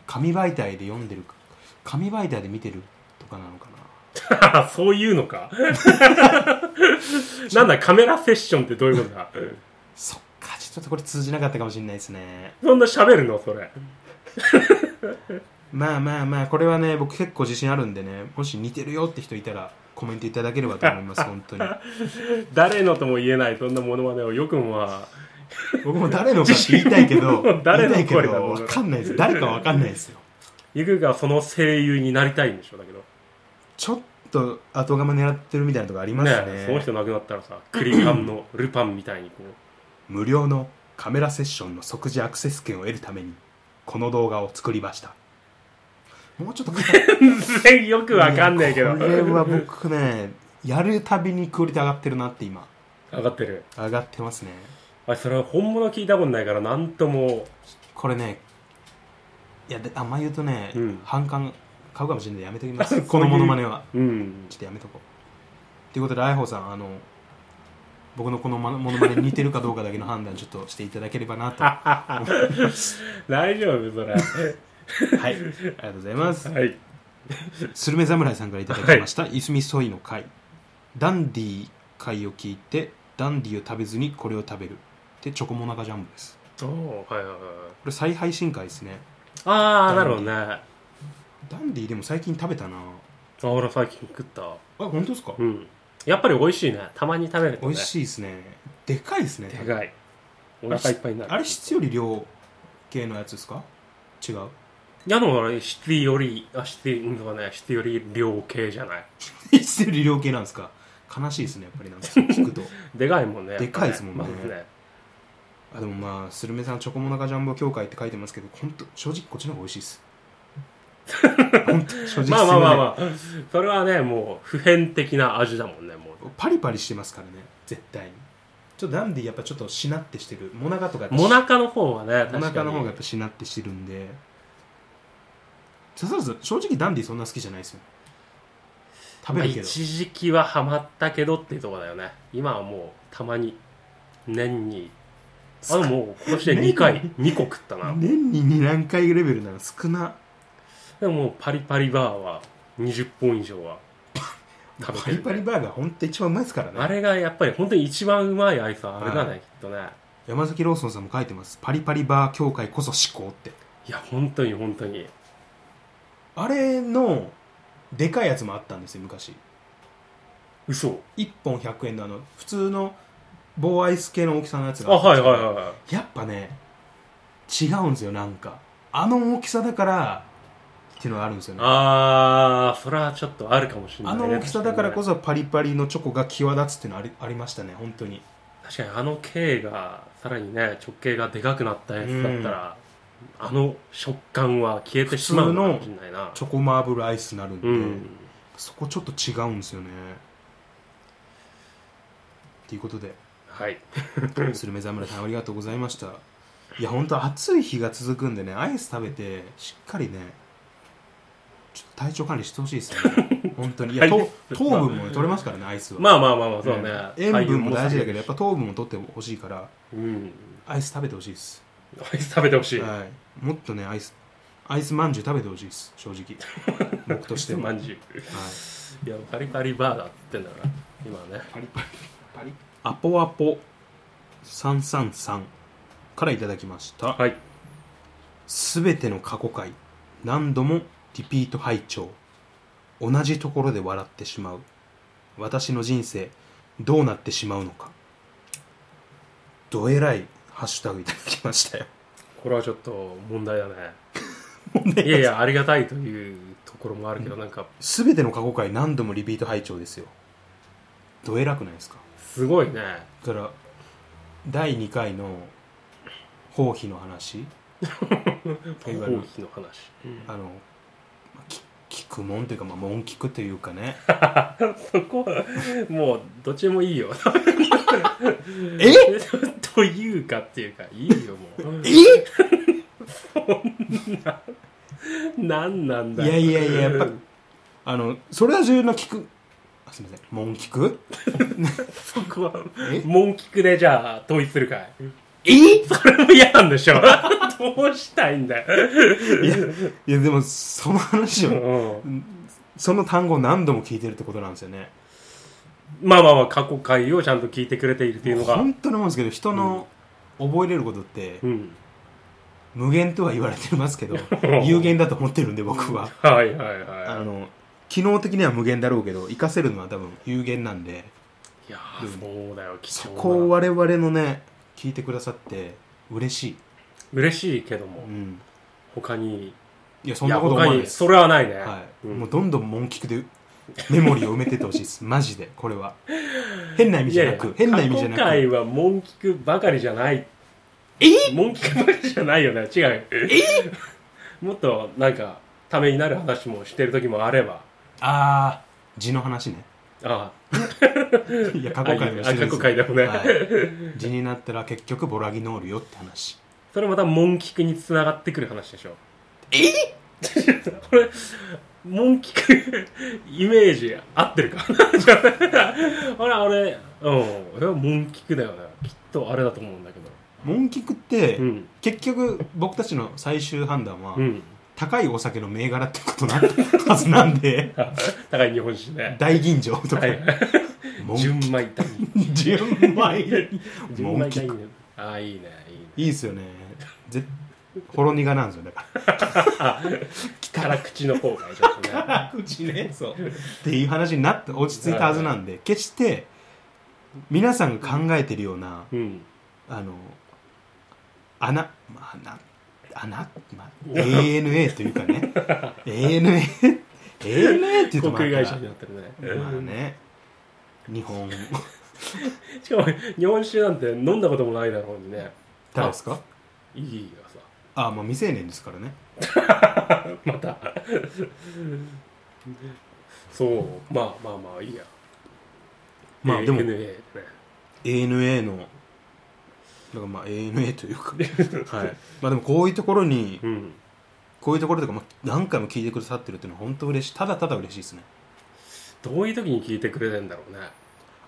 Speaker 1: 紙媒体で読んでるか紙媒体で見てるとかなのかな
Speaker 2: そういうの かなんだカメラセッションってどういうことだ
Speaker 1: そっかちょっとこれ通じなかったかもしれないですね
Speaker 2: そんな喋るのそれ
Speaker 1: まあまあまあこれはね僕結構自信あるんでねもし似てるよって人いたらコメントいただければと思い ます本当に
Speaker 2: 誰のとも言えないそんなモノマネをよくもまあ
Speaker 1: 僕も誰のかって言いたいけど
Speaker 2: 誰の
Speaker 1: 言いたい
Speaker 2: 声
Speaker 1: けど
Speaker 2: だろう
Speaker 1: 分かんないです誰か分かんないですよ
Speaker 2: ゆくがその声優になりたいんでしょだけど
Speaker 1: ちょっと後釜狙ってるみたいなとこありますね
Speaker 2: えその人亡くなったらさクリカンのルパンみたいにこう
Speaker 1: 無料のカメラセッションの即時アクセス権を得るためにこの動画を作りましたもうちょっと分
Speaker 2: 全然よく わかんないけど
Speaker 1: これは僕ねやるたびにクオリティ上がってるなって今
Speaker 2: 上がってる
Speaker 1: 上がってますね
Speaker 2: あそれは本物聞いたことないからなんとも
Speaker 1: これねいやであんま言うとね、
Speaker 2: うん
Speaker 1: 反感買うかもしれないんでやめときま
Speaker 2: そう
Speaker 1: す
Speaker 2: いう
Speaker 1: このモノマネは
Speaker 2: うん
Speaker 1: ちょっとやめとこう。ということで、ライホーさん、あの、僕のこのまモノマネに似てるかどうかだけの判断ちょっとしていただければなと。は
Speaker 2: 大丈夫 それ
Speaker 1: い。ありがとうございます。
Speaker 2: はい
Speaker 1: スルメ侍さんからいただきました、いすみそいの会。ダンディ会を聞いて、ダンディを食べずにこれを食べる。で、チョコモナカジャンボです。
Speaker 2: おおはいはいはい
Speaker 1: これ再配信会ですね。
Speaker 2: ああなるほどねあ
Speaker 1: ダンディでも最近食べたなあ、
Speaker 2: 俺最近食った
Speaker 1: 本当ですか
Speaker 2: うんやっぱり美味しいねたまに食べると
Speaker 1: 美
Speaker 2: ね
Speaker 1: 味しいですね。でかいですね。
Speaker 2: でかいお腹いっぱいになる
Speaker 1: あれ質より量系のやつですか違う。
Speaker 2: いやでもあれ質よりあ質うんとかね質より量系じゃない
Speaker 1: 質より量系なんですか悲しいですねやっぱりなんかそう聞く と
Speaker 2: でかいもんねやっぱ
Speaker 1: でかいですもんね
Speaker 2: まずね
Speaker 1: あでもまあスルメさんチョコモナカジャンボ協会って書いてますけど本当正直こっちの方が美味しいです 本当正直
Speaker 2: まあまあまあ
Speaker 1: あ
Speaker 2: まあそれはねもう普遍的な味だもんねも
Speaker 1: パリパリしてますからね絶対にちょっとダンディやっぱちょっとしなってしてるモナカとかやっ
Speaker 2: う
Speaker 1: ぱし
Speaker 2: もなかの方はね確か
Speaker 1: モ
Speaker 2: に
Speaker 1: ナカの方がやっぱしなってしてるんで笹原さん正直ダンディそんな好きじゃないですよ食べるけ
Speaker 2: まあ
Speaker 1: ど
Speaker 2: 一時期はハマったけどっていうところだよね今はもうたまに年にあでももう今年で2回2個 食ったな
Speaker 1: 年に何回レベルなの少な
Speaker 2: でももうパリパリバーは20本 以上は食べて
Speaker 1: パ
Speaker 2: る
Speaker 1: リパリバーガー本当一番うまいですからね
Speaker 2: あれがやっぱり本当に一番うまいアイスはあれだね、
Speaker 1: は
Speaker 2: きっとね
Speaker 1: 山崎ローソンさんも書いてますパリパリバー協会こそ思考って
Speaker 2: いや本当に本当に
Speaker 1: あれのでかいやつもあったんですよ昔
Speaker 2: 嘘
Speaker 1: 1本100円のあの普通の棒アイス系の大きさのやつ
Speaker 2: あ
Speaker 1: が
Speaker 2: はいはい
Speaker 1: い
Speaker 2: は
Speaker 1: やっぱね違うんですよなんかあの大きさだからっていうのがあるんですよ
Speaker 2: い
Speaker 1: ねあ
Speaker 2: あーそれはちょっとあるかもしれない、ね、
Speaker 1: の大きさだからこ
Speaker 2: そ
Speaker 1: そパリパリのチョコが際立つっていうのありありましたね本当に
Speaker 2: 確かにあの径がさらにね直径がでかくなったやつだったら、あの食感は消えてしまうのかもしれないな
Speaker 1: チョコマーブルアイスになるんで、
Speaker 2: うん
Speaker 1: そこちょっと違うんですよねということで
Speaker 2: はい
Speaker 1: スルメ侍さんありがとうございましたいや本当暑い日が続くんでねアイス食べてしっかりねちょっと体調管理してほしいですね本当にいや糖糖分もね取れますからねアイスは
Speaker 2: まあまあまあまあそうね、
Speaker 1: うん塩分も大事だけどやっぱ糖分も取ってほしいから
Speaker 2: うん
Speaker 1: アイス食べてほしいです、
Speaker 2: アイス食べてほしい、
Speaker 1: はい、もっとねアイスアイスまんじゅう食べてほしいです正 直僕としても、
Speaker 2: ま
Speaker 1: はい、
Speaker 2: んじゅういやパリパリバーガーって言ってんだから今ね
Speaker 1: パリパリパリアポアポ333からいただきました
Speaker 2: はい
Speaker 1: すべての過去回何度もリピート拝聴同じところで笑ってしまう私の人生どうなってしまうのかどえらいハッシュタグいただきましたよ
Speaker 2: これはちょっと問題だ ねいやいやありがたいというところもあるけど、なんか
Speaker 1: すべての過去回何度もリピート拝聴ですよどえらくないですか
Speaker 2: すごいね
Speaker 1: だから第2回の放棄の 話
Speaker 2: コ
Speaker 1: わ
Speaker 2: ー
Speaker 1: ゆる
Speaker 2: ヒーの話、
Speaker 1: あのまあき聞くもんというか、まあ、もん聞くというかね
Speaker 2: そこもうどっちでもいい よ
Speaker 1: え
Speaker 2: というかっていうかいいよもう
Speaker 1: え
Speaker 2: 何なんだ
Speaker 1: いやいやいややっぱあのそれは重要な聞くあすみませんもん聞く
Speaker 2: そこは
Speaker 1: え
Speaker 2: 文聞くでじゃあ統一するかい
Speaker 1: え
Speaker 2: それも嫌なんでしょ どうしたいんだよ、
Speaker 1: いやでもその話
Speaker 2: う
Speaker 1: を
Speaker 2: ん
Speaker 1: その単語を何度も聞いてるってことなんですよね
Speaker 2: まあまあまあ過去回をちゃんと聞いてくれているというのが
Speaker 1: 本当に思うんですけど人の覚えれることって
Speaker 2: うん
Speaker 1: 無限とは言われてます けど
Speaker 2: ん
Speaker 1: 有限だと思ってるんで僕は
Speaker 2: はいはい
Speaker 1: あ
Speaker 2: は
Speaker 1: の機能的には無限だろうけど活かせるのは多分有限なんで
Speaker 2: いいやーそうだよ貴重
Speaker 1: そ
Speaker 2: な
Speaker 1: こを我々のね聞いてくださって嬉しい、
Speaker 2: 嬉しいけども、
Speaker 1: うん、
Speaker 2: 他に
Speaker 1: いやそんなこと思
Speaker 2: いや
Speaker 1: わな
Speaker 2: 他
Speaker 1: い
Speaker 2: に
Speaker 1: です
Speaker 2: それはないね、
Speaker 1: はい、
Speaker 2: うん
Speaker 1: もうどんどん文聞くでメモリーを埋めてってほしいです マジでこれは変な意味じゃなく変な意味じゃな
Speaker 2: 過
Speaker 1: く
Speaker 2: 去回はモンキクばかりじゃない
Speaker 1: え
Speaker 2: モンキクばかりじゃないよね違う もっとなんかためになる話もしてる時もあれば
Speaker 1: ああ字の話 ね
Speaker 2: あ
Speaker 1: いや
Speaker 2: あ
Speaker 1: 過去回もしてるんです
Speaker 2: あ過去回でもね、
Speaker 1: はい字になったら結局ボラギノールよって話
Speaker 2: それまたモンキクにつながってくる話でしょ
Speaker 1: え
Speaker 2: これモンキク イメージ合ってるか あれあれうん俺はモンキクだよねきっとあれだと思うんだけど
Speaker 1: モンキクって、
Speaker 2: うん
Speaker 1: 結局僕たちの最終判断は、
Speaker 2: うん
Speaker 1: 高いお酒の銘柄ってことになったはずなんで
Speaker 2: 高い日本酒ね
Speaker 1: 大吟醸とか、
Speaker 2: はい
Speaker 1: モンキ
Speaker 2: 純米大吟
Speaker 1: 純米
Speaker 2: 純
Speaker 1: モ
Speaker 2: 米
Speaker 1: ンキ
Speaker 2: 大
Speaker 1: ク
Speaker 2: 吟ああいいねいいね
Speaker 1: いいですよねぜほろ苦なんですよね
Speaker 2: 辛口の方がいいで すね
Speaker 1: 辛口ねそうっていう話になって落ち着いたはずなんで、決して皆さんが考えてるような、
Speaker 2: うん
Speaker 1: あの穴まあ穴穴、まあ、ANA というかね ANA ANA っていうと
Speaker 2: 航
Speaker 1: まあ
Speaker 2: 空会社になってるね,、
Speaker 1: まあね日本
Speaker 2: しかも日本酒なんて飲んだこともないだろうにね
Speaker 1: 誰ですか
Speaker 2: いいよさ
Speaker 1: ああまあ未成年ですからね
Speaker 2: またそうまあまあまあいいや
Speaker 1: まあでも
Speaker 2: ANA ね
Speaker 1: ANA のだからまあ ANA というか はいまあでもこういうところに
Speaker 2: うん
Speaker 1: こういうところとか、まあ、何回も聞いてくださってるっていうのは本当嬉しいただただ嬉しいですね
Speaker 2: どういう時に聞いてくれてんだろうね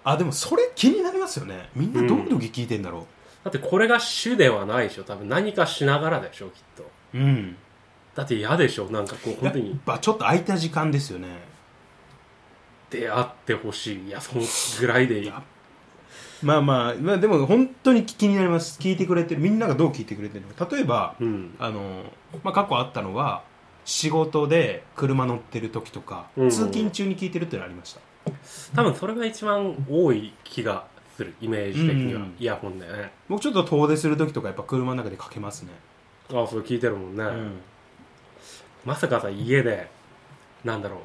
Speaker 1: あでもそれ気になりますよねみんなどんどき聞いてんだろ
Speaker 2: だってこれが主ではないでしょ多分何かしながらでしょきっと
Speaker 1: ううん
Speaker 2: だって嫌でしょなんかこう本当
Speaker 1: や
Speaker 2: に
Speaker 1: っぱちょっと空いた時間ですよね
Speaker 2: 出会ってほしいいやそのぐらいでいい
Speaker 1: まあまあ、まあ、でも本当に気になります聞いてくれてるみんながどう聞いてくれてるのか例えば
Speaker 2: うん
Speaker 1: あの、まあ、過去あったのは仕事で車乗ってる時とか、
Speaker 2: うん
Speaker 1: 通勤中に聞いてるってのありました
Speaker 2: 多分それが一番多い気がするイメージ的には、
Speaker 1: うん
Speaker 2: イヤホンでね
Speaker 1: 僕ちょっと遠出する時とかやっぱ車の中でかけますね、
Speaker 2: ああそれ聞いてるもんね、
Speaker 1: うん
Speaker 2: まさかさ家でなんだろ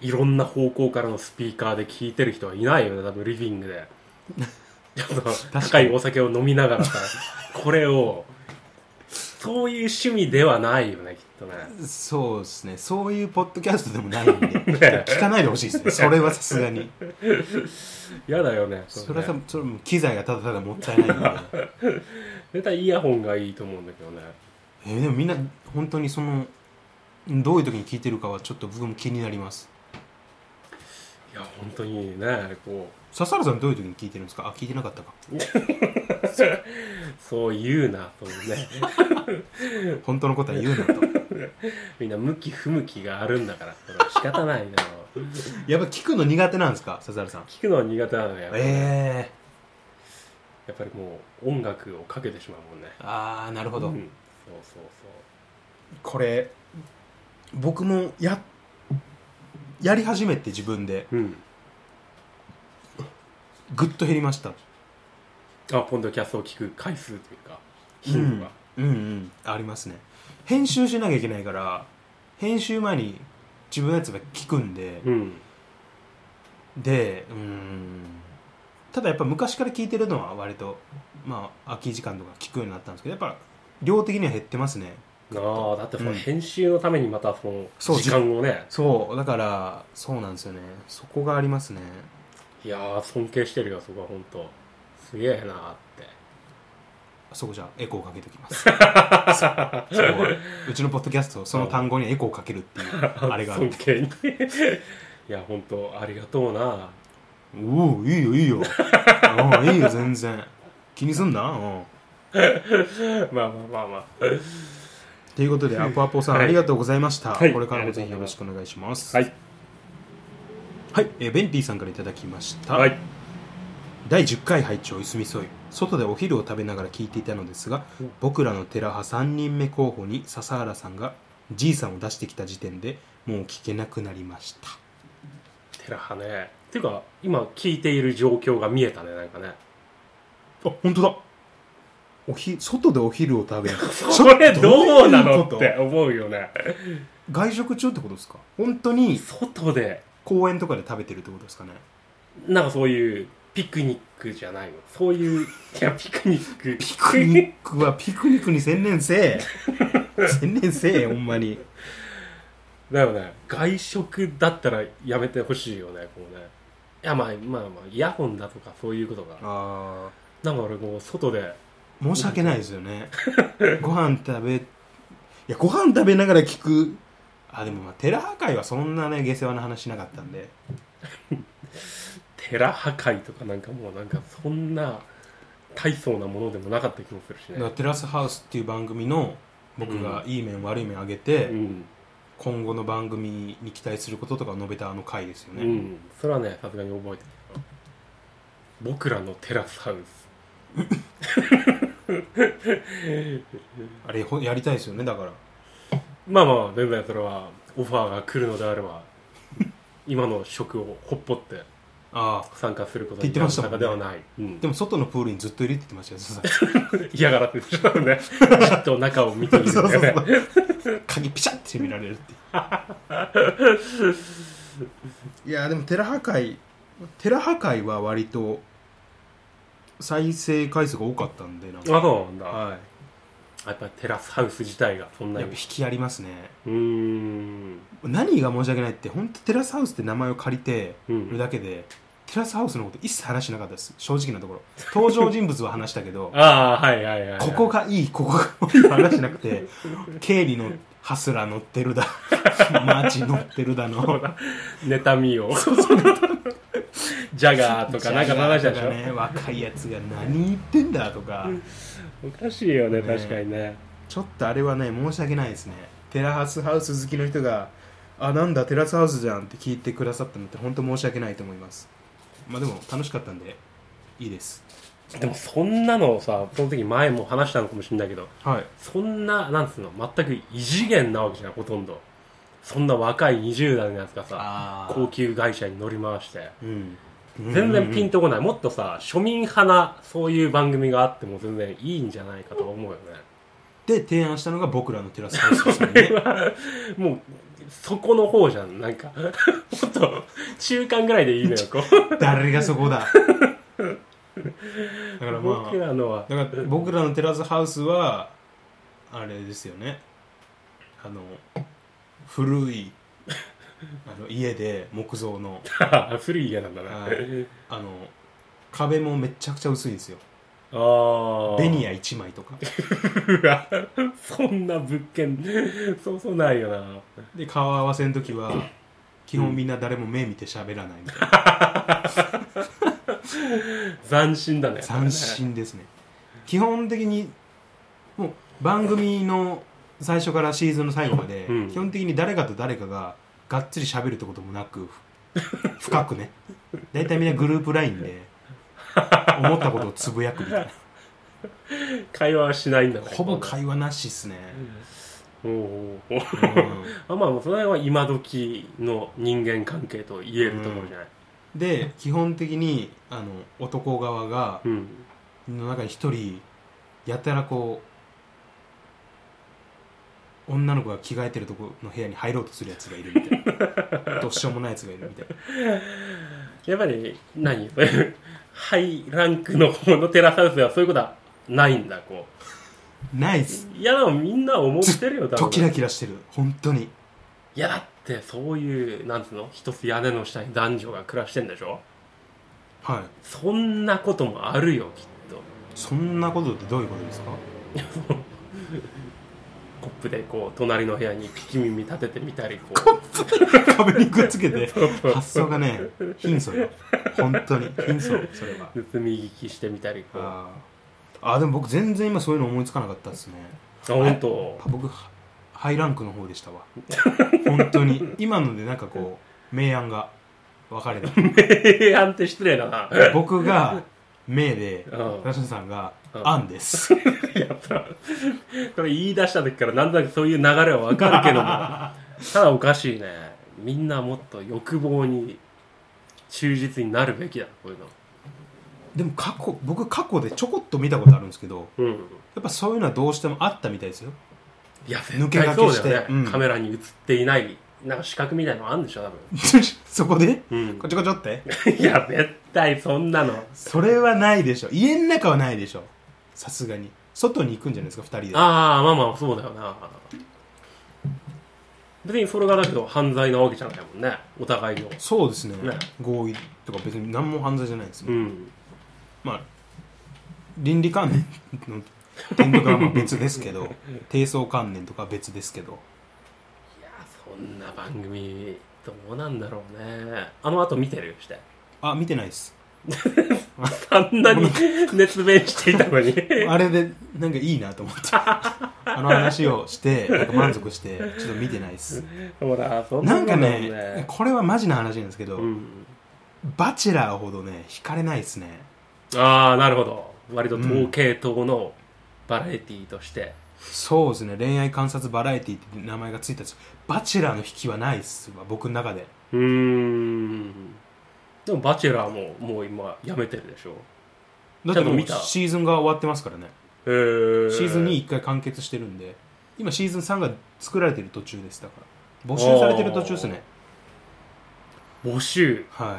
Speaker 2: ういろんな方向からのスピーカーで聞いてる人はいないよね多分リビン グでちょっと
Speaker 1: かに
Speaker 2: 高いお酒を飲みながらさこれをそういう趣味ではないよねきっとね
Speaker 1: そうですねそういうポッドキャストでもないんで聞かないでほしいですねそれはさすがに
Speaker 2: 嫌だよね
Speaker 1: それは
Speaker 2: ね
Speaker 1: さそれはもう機材がただただもったいないんで
Speaker 2: 絶対イヤホンがいいと思うんだけどね
Speaker 1: えーでもみんな本当にそのどういう時に聞いてるかはちょっと僕も気になります
Speaker 2: いや本当にねこ
Speaker 1: 笹原さんどういう時に聞いてるんですかあ聞いてなかったか
Speaker 2: うそう言うなとい うね
Speaker 1: 本当のことは言うなと
Speaker 2: みんな向き不向きがあるんだからそれは仕方ないな
Speaker 1: やっぱ聞くの苦手なんですか笹原さん
Speaker 2: 聞くのは苦手なのよ、
Speaker 1: ええ
Speaker 2: やっぱりもう音楽をかけてしまうもんね
Speaker 1: ー、ああなるほ
Speaker 2: う
Speaker 1: ど、
Speaker 2: ん、そうそうそ
Speaker 1: これ僕もややり始めて自分で
Speaker 2: ううん
Speaker 1: ぐっと減りました
Speaker 2: あポンドキャストを聞く回数というか頻度が、
Speaker 1: うんうんありますね編集しなきゃいけないから編集前に自分のやつが聞くんで、
Speaker 2: うん
Speaker 1: でうーんただやっぱ昔から聞いてるのは割とまあ空き時間とか聞くようになったんですけどやっぱ量的には減ってますね
Speaker 2: ああだってその
Speaker 1: うん
Speaker 2: 編集のためにまたその
Speaker 1: そう
Speaker 2: 時間をね、
Speaker 1: そうだからそうなんですよねそこがありますね
Speaker 2: いやー尊敬してるよそこは本当すげえなー って
Speaker 1: そこじゃエコーかけておきます そうそううちのポッドキャストその単語にエコーかけるっていう あれがある
Speaker 2: 尊敬に いや本当ありがとうな
Speaker 1: おおいいよいいようんいいよ全然気にすんなうん
Speaker 2: まあまあまあまあ
Speaker 1: ということでアポアポさん、
Speaker 2: はい
Speaker 1: ありがとうございました、
Speaker 2: はい
Speaker 1: これからもぜひよろしくお願いします
Speaker 2: はい
Speaker 1: はい、えーベンティさんからいただきました、
Speaker 2: はい
Speaker 1: 第10回拝聴いすみそい外でお昼を食べながら聞いていたのですが
Speaker 2: うん
Speaker 1: 僕らの寺派3人目候補に笹原さんがじいさんを出してきた時点でもう聞けなくなりました
Speaker 2: 寺派ねっていうか今聞いている状況が見えたねなんかね
Speaker 1: あ本当だおひ外でお昼を食べる
Speaker 2: それどうな の
Speaker 1: ちょ
Speaker 2: っ
Speaker 1: とどういう
Speaker 2: て
Speaker 1: こ
Speaker 2: 思うよね
Speaker 1: と外食中ってことですか本当に
Speaker 2: 外で
Speaker 1: 公園とかで食べてるってことですかね
Speaker 2: なんかそういうピクニックじゃないのそういういやピクニック
Speaker 1: ピクニックはピクニックに専念せえ専念せえほんまに
Speaker 2: だよね外食だったらやめてほしいよねこうねいやまあまあまあイヤホンだとかそういうことが
Speaker 1: ああ
Speaker 2: なんか俺もう外で
Speaker 1: 申し訳ないですよねご飯食べいやご飯食べながら聞くあでもまあ寺破壊はそんなね下世話な話しなかったんで
Speaker 2: 寺破壊とかなんかもうなんかそんな大層なものでもなかった気もするし
Speaker 1: だから
Speaker 2: ね
Speaker 1: テラスハウスっていう番組の僕がいい面、悪い面上げて、
Speaker 2: うん、
Speaker 1: 今後の番組に期待することとかを述べたあの回ですよ
Speaker 2: う
Speaker 1: ね、
Speaker 2: ん、それはねさすがに覚えてるよ僕らのテラスハウス
Speaker 1: あれほやりたいですよねだから
Speaker 2: まあまあ全然それはオファーが来るのであれば今の職をほっぽって
Speaker 1: ああ
Speaker 2: 参加するこ
Speaker 1: っ
Speaker 2: と
Speaker 1: て言ってましたもんね
Speaker 2: ではない、うん
Speaker 1: でも外のプールにずっといるって言ってましたよ佐々木さん
Speaker 2: 嫌がらせてしまうね じっと中を見ている
Speaker 1: そ
Speaker 2: ん
Speaker 1: うそ
Speaker 2: で
Speaker 1: うそ
Speaker 2: ね
Speaker 1: う鍵ピシャッて閉められるっていういやでも寺破壊寺破壊は割と再生回数が多かったんでなんか
Speaker 2: あそうなんだ、
Speaker 1: は
Speaker 2: やっぱりテラスハウス自体がそ
Speaker 1: い
Speaker 2: んな
Speaker 1: やっ
Speaker 2: に
Speaker 1: ぱ
Speaker 2: う
Speaker 1: 引きありますね
Speaker 2: ーん
Speaker 1: 何が申し訳ないって本当テラスハウスって名前を借りて
Speaker 2: う
Speaker 1: る
Speaker 2: ん
Speaker 1: だけでテラスハウスのこと一切話してなかったです正直なところ登場人物は話したけど
Speaker 2: ああはいはいはい、はい、
Speaker 1: ここがいい、ここがいい話しなく て、経理のハスラ乗ってるだ、 マーチ乗ってるだの、
Speaker 2: 妬みをジャガーとかなんか話したでしょ、
Speaker 1: ね、若いやつが何言ってんだとか、
Speaker 2: おかしいよね
Speaker 1: ね
Speaker 2: 確かにね
Speaker 1: ちょっとあれはね、申し訳ないですね。テラハスハウス好きの人が、あ、なんだ、テラスハウスじゃんって聞いてくださったのって、本当申し訳ないと思います。まあでも、楽しかったんで、いいです。
Speaker 2: でもそんなのさその時前も話したのかもしれないけど
Speaker 1: はい。
Speaker 2: そんななんつうの全く異次元なわけじゃんほとんどそんな若い20代のやつがさ
Speaker 1: あ
Speaker 2: 高級会社に乗り回して
Speaker 1: うん。
Speaker 2: 全然ピン
Speaker 1: と。
Speaker 2: とこないもっとさ庶民派なそういう番組があっても全然いいんじゃないかとは思うよね
Speaker 1: で、提案したのが僕らのテラスハウスですよ ね。
Speaker 2: もうそこの方じゃんなんかもっと中間ぐらいでいい のよこう
Speaker 1: 誰がそこだだからまあ
Speaker 2: 僕らのは
Speaker 1: だから僕らのテラスハウスはあれですよねあの古いあの家で木造の
Speaker 2: 古い家なんだな
Speaker 1: はいあの壁もめちゃくちゃ薄いんですよ
Speaker 2: ああ
Speaker 1: ベニヤ1枚とか
Speaker 2: うわそんな物件そうそうないよな
Speaker 1: で顔合わせの時は基本みんな誰も目見て喋らないみたいな
Speaker 2: 斬新だね
Speaker 1: 斬新ですね基本的にもう番組の最初からシーズンの最後まで、
Speaker 2: うん
Speaker 1: 基本的に誰かと誰かががっつり喋るってこともなく深くね大体みんなグループ LINE で思ったことをつぶやくみたい
Speaker 2: 会話はしないんだ
Speaker 1: なほぼ会話なしっすね、
Speaker 2: おうおうおう
Speaker 1: うん
Speaker 2: あまあその辺は今時の人間関係と言えるところじゃない、
Speaker 1: で基本的にあの男側が
Speaker 2: うん
Speaker 1: の中に一人やたらこう女の子が着替えてるとこの部屋に入ろうとするやつがいるみたいなどうしようもないやつがいるみたい な
Speaker 2: やっぱり何 ハイランクの方のテラスハウスはそういうことはないんだこう
Speaker 1: ナイス
Speaker 2: いやでもみんな思ってるよ多
Speaker 1: とキ
Speaker 2: 分
Speaker 1: ラキラしてる本当に
Speaker 2: いやだってそういうなんつうの一つ屋根の下に男女が暮らしてんでしょ
Speaker 1: はい
Speaker 2: そんなこともあるよきっと
Speaker 1: そんなことってどういうことですか
Speaker 2: コップでこう隣の部屋にピキ耳立ててみたりこ
Speaker 1: 壁にくっつ けて
Speaker 2: う
Speaker 1: 発想がね貧相よ本当に貧相それは
Speaker 2: 盗み聞きしてみたりこうあ
Speaker 1: あーあーでも僕全然今そういうの思いつかなかったですね
Speaker 2: 本当
Speaker 1: あ僕ハハイランクの方でしたわ本当に今のでなんかこう明暗が分かれた
Speaker 2: 平安って失礼だな
Speaker 1: 僕が明で
Speaker 2: うん
Speaker 1: ラシャさんが
Speaker 2: うん
Speaker 1: 暗です
Speaker 2: やっぱこれ言い出した時からなんとなくそういう流れはわかるけ どもただおかしいねみんなもっと欲望に忠実になるべきだこういうの
Speaker 1: でも過去僕過去でちょこっと見たことあるんですけど
Speaker 2: うん
Speaker 1: やっぱそういうのはどうしてもあったみたいですよ
Speaker 2: いや
Speaker 1: 抜
Speaker 2: 絶
Speaker 1: け駆
Speaker 2: 対
Speaker 1: け
Speaker 2: そう
Speaker 1: して
Speaker 2: だよね、
Speaker 1: うん
Speaker 2: カメラに映っていないなんか視覚みたいなのあるんでしょ多分
Speaker 1: そこで
Speaker 2: うん
Speaker 1: こちょこちょって
Speaker 2: いや絶対そんなの
Speaker 1: それはないでしょ家の中はないでしょさすがに外に行くんじゃないですか2人で
Speaker 2: ああまあまあそうだよな別にそれがだけど犯罪なわけじゃないもんねお互いの
Speaker 1: そうですね
Speaker 2: ね
Speaker 1: 合意とか別に何も犯罪じゃないですね、
Speaker 2: うん
Speaker 1: まあ倫理観念の点とかはまあ別ですけど低層観念とかは別ですけど
Speaker 2: いやそんな番組どうなんだろうねあの後見てるして
Speaker 1: あ見てないです
Speaker 2: あん なに熱弁していたのに
Speaker 1: あれでなんかいいなと思って あの話をしてなんか満足してちょっと見てないです
Speaker 2: ほらそんな
Speaker 1: なん
Speaker 2: も
Speaker 1: か
Speaker 2: だも
Speaker 1: ねこれはマジな話なんですけど、
Speaker 2: うん、
Speaker 1: バチェラーほどね惹かれないですね
Speaker 2: ああなるほど割と統計統のバラエティーとして、
Speaker 1: そうですね恋愛観察バラエティって名前がついたんですけどバチェラーの引きはないっすわ僕の中で
Speaker 2: うーんでも「バチェラーも」もう今やめてるでしょ
Speaker 1: だって
Speaker 2: ちゃんと
Speaker 1: もう
Speaker 2: 見た
Speaker 1: シーズンが終わってますからね
Speaker 2: へー
Speaker 1: シーズン2 1回完結してるんで今シーズン3が作られてる途中ですだから募集されてる途中ですね
Speaker 2: 募 集
Speaker 1: は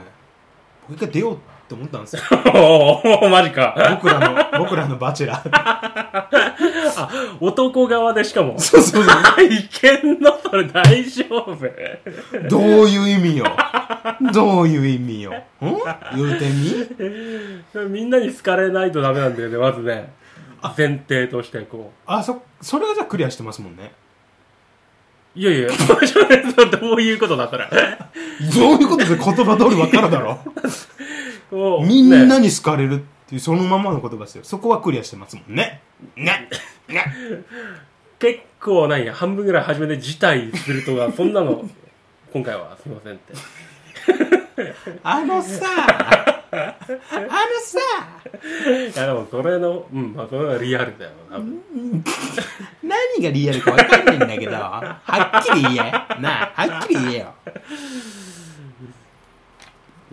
Speaker 1: い僕一回出ようって思ったんですよ
Speaker 2: おおマジか
Speaker 1: 僕らの僕らのバチェラー
Speaker 2: 男側でしか も
Speaker 1: そうそうそ
Speaker 2: いけんのそれ大丈夫
Speaker 1: うどういう意味よどういう意味よん言うてみ
Speaker 2: みんなに好かれないとダメなんだよねまずね前提としてこ
Speaker 1: あそそれはじゃあクリアしてますもんね
Speaker 2: ういやいやそれどういうことだそれ
Speaker 1: どういうことで言葉通り分かるだ ろ
Speaker 2: こう
Speaker 1: みん
Speaker 2: ね
Speaker 1: なに好かれるっていうそのままの言葉ですよそこはクリアしてますもんねねね
Speaker 2: 結構なんや半分ぐらい初めで辞退するとかそんなの今回はすいませんって
Speaker 1: あのさあのさ
Speaker 2: いやでもそれのうんまあそれはリアルだよ多分
Speaker 1: 何がリアルか分かんないんだけど、はっきり言え。なあ、はっきり言えよ。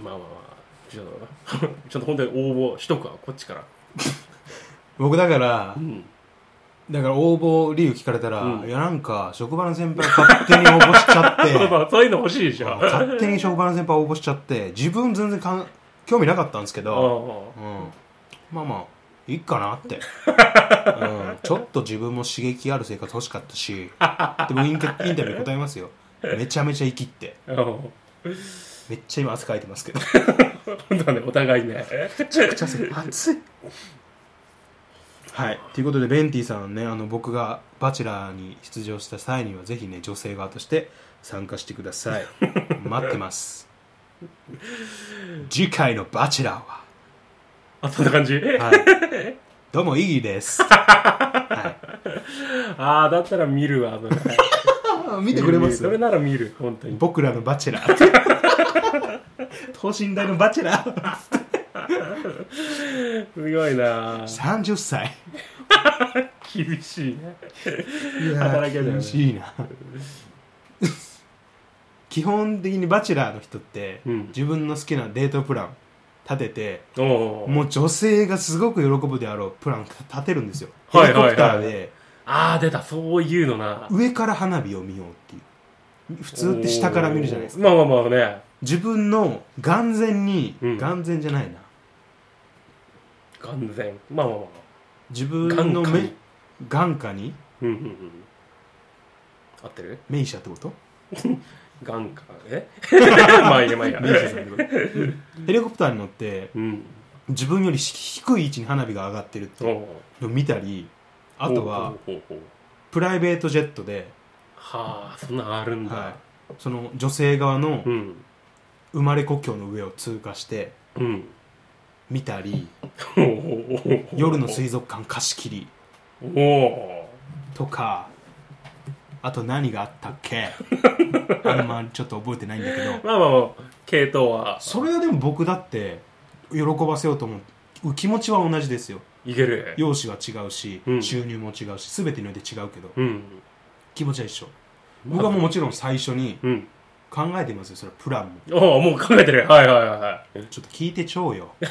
Speaker 2: まあまあまあちょっと ちょっと本当に応募しとくわこっちから
Speaker 1: 僕だから
Speaker 2: う、ん
Speaker 1: だから応募理由聞かれたら、
Speaker 2: うん
Speaker 1: いやなんか、職場の先輩勝手に応募しちゃ
Speaker 2: そう
Speaker 1: っ、
Speaker 2: そうそういうの欲しいでしてょ
Speaker 1: 勝手に職場の先輩応募しちゃって、自分全然かん興味なかったんですけど、
Speaker 2: う
Speaker 1: うんまあまあ、いいかなって、うん、ちょっと自分も刺激ある生活欲しかったしでもインタインタビューに答えますよめちゃめちゃ生きって
Speaker 2: うん本
Speaker 1: めっちゃ今汗かいてますけどめ
Speaker 2: 当はねお互いね
Speaker 1: ちゃくちゃ汗熱い はいということでベンティさんねあの僕が「バチェラー」に出場した際にはぜひね女性側として参加してくだ さい待ってます次回の「バチェラーは」
Speaker 2: あそんな感じ、
Speaker 1: はい、どうもイギーです、は
Speaker 2: ああだったら見るわそ
Speaker 1: い、
Speaker 2: れ
Speaker 1: 見てくれます
Speaker 2: それなら見る本当に
Speaker 1: 僕らのバチェラー 等身大のバチェラ ー
Speaker 2: すごいな
Speaker 1: 30歳
Speaker 2: 厳しいね
Speaker 1: い
Speaker 2: ー働きだよね
Speaker 1: 厳しいな基本的にバチェラーの人って、
Speaker 2: うん
Speaker 1: 自分の好きなデートプラン立てて
Speaker 2: おお
Speaker 1: もう女性がすごく喜ぶであろうプラン立てるんですよヘ
Speaker 2: は
Speaker 1: リ
Speaker 2: い
Speaker 1: コ
Speaker 2: はいはい
Speaker 1: プターで
Speaker 2: ああ出たそういうのな
Speaker 1: 上から花火を見ようっていう普通って下から見るじゃないですか
Speaker 2: まあまあまあね
Speaker 1: 自分の眼前に、
Speaker 2: うん
Speaker 1: 眼前じゃないな
Speaker 2: 完全まあまあまあ
Speaker 1: 自分の
Speaker 2: 眼下に
Speaker 1: 目眼下に
Speaker 2: うんうんうん合ってる
Speaker 1: メイシャってこと
Speaker 2: 眼下 えまあいいやまあいいや
Speaker 1: メイシャさんってことうんヘリコプターに乗って
Speaker 2: うん
Speaker 1: 自分より低い位置に花火が上がってるって
Speaker 2: お
Speaker 1: いう
Speaker 2: お
Speaker 1: のを見たりあとは
Speaker 2: ほうほうほうほう
Speaker 1: プライベートジェットで、
Speaker 2: はあそんなんあるんだ、
Speaker 1: はい、その女性側の
Speaker 2: うん
Speaker 1: 生まれ故郷の上を通過して
Speaker 2: うん
Speaker 1: 見たり
Speaker 2: ほうほうほうほう
Speaker 1: 夜の水族館貸し切り
Speaker 2: おお
Speaker 1: とかあと何があったっ けあんまりちょっと覚えてないんだけど
Speaker 2: まあまあまあ系統は
Speaker 1: それはでも僕だって喜ばせようと思う気持ちは同じですよ
Speaker 2: いける
Speaker 1: 容姿は違うし、
Speaker 2: うん
Speaker 1: 収入も違うし全てにおいて違うけど、
Speaker 2: うん
Speaker 1: 気持ちは一緒僕はもうもちろん最初に
Speaker 2: うん
Speaker 1: 考えてますよそれはプランも
Speaker 2: おおもう考えてるはいはいは
Speaker 1: ちょっと聞いてちょうよ
Speaker 2: い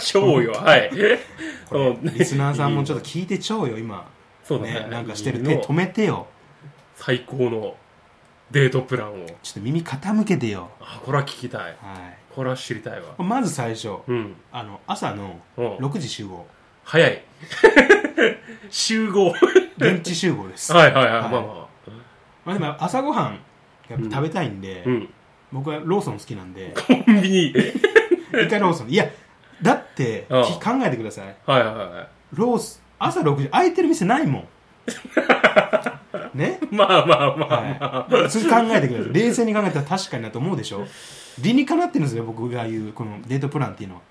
Speaker 2: 超よ はい
Speaker 1: これ
Speaker 2: うん
Speaker 1: リスナーさんもちょっと聞いてちょうよ今
Speaker 2: そうだね
Speaker 1: ねなんかしてる
Speaker 2: いい
Speaker 1: 手
Speaker 2: の
Speaker 1: 止めてよ
Speaker 2: 最高のデートプランを
Speaker 1: ちょっと耳傾けてよ
Speaker 2: あこれは聞きたい
Speaker 1: は
Speaker 2: これは知りたいわ
Speaker 1: いまず最初
Speaker 2: うん
Speaker 1: あの朝の
Speaker 2: うん
Speaker 1: 6時集合
Speaker 2: 早い 集合はい
Speaker 1: 現地集合です
Speaker 2: はいはい、 まあまあ
Speaker 1: まあでも朝ごはんやっぱ食べたいんで、
Speaker 2: うん
Speaker 1: 僕はローソン好きなんで
Speaker 2: コンビニ
Speaker 1: 一回ローソンいやだって
Speaker 2: うん
Speaker 1: き考えてください
Speaker 2: はいはいは
Speaker 1: ロース朝6時空いてる店ないも んね、
Speaker 2: いまあまあまあまあ、
Speaker 1: はい、普通考えてください冷静に考えたら確かになと思うでしょ理にかなってるんですよ僕が言うこのデートプランっていうのは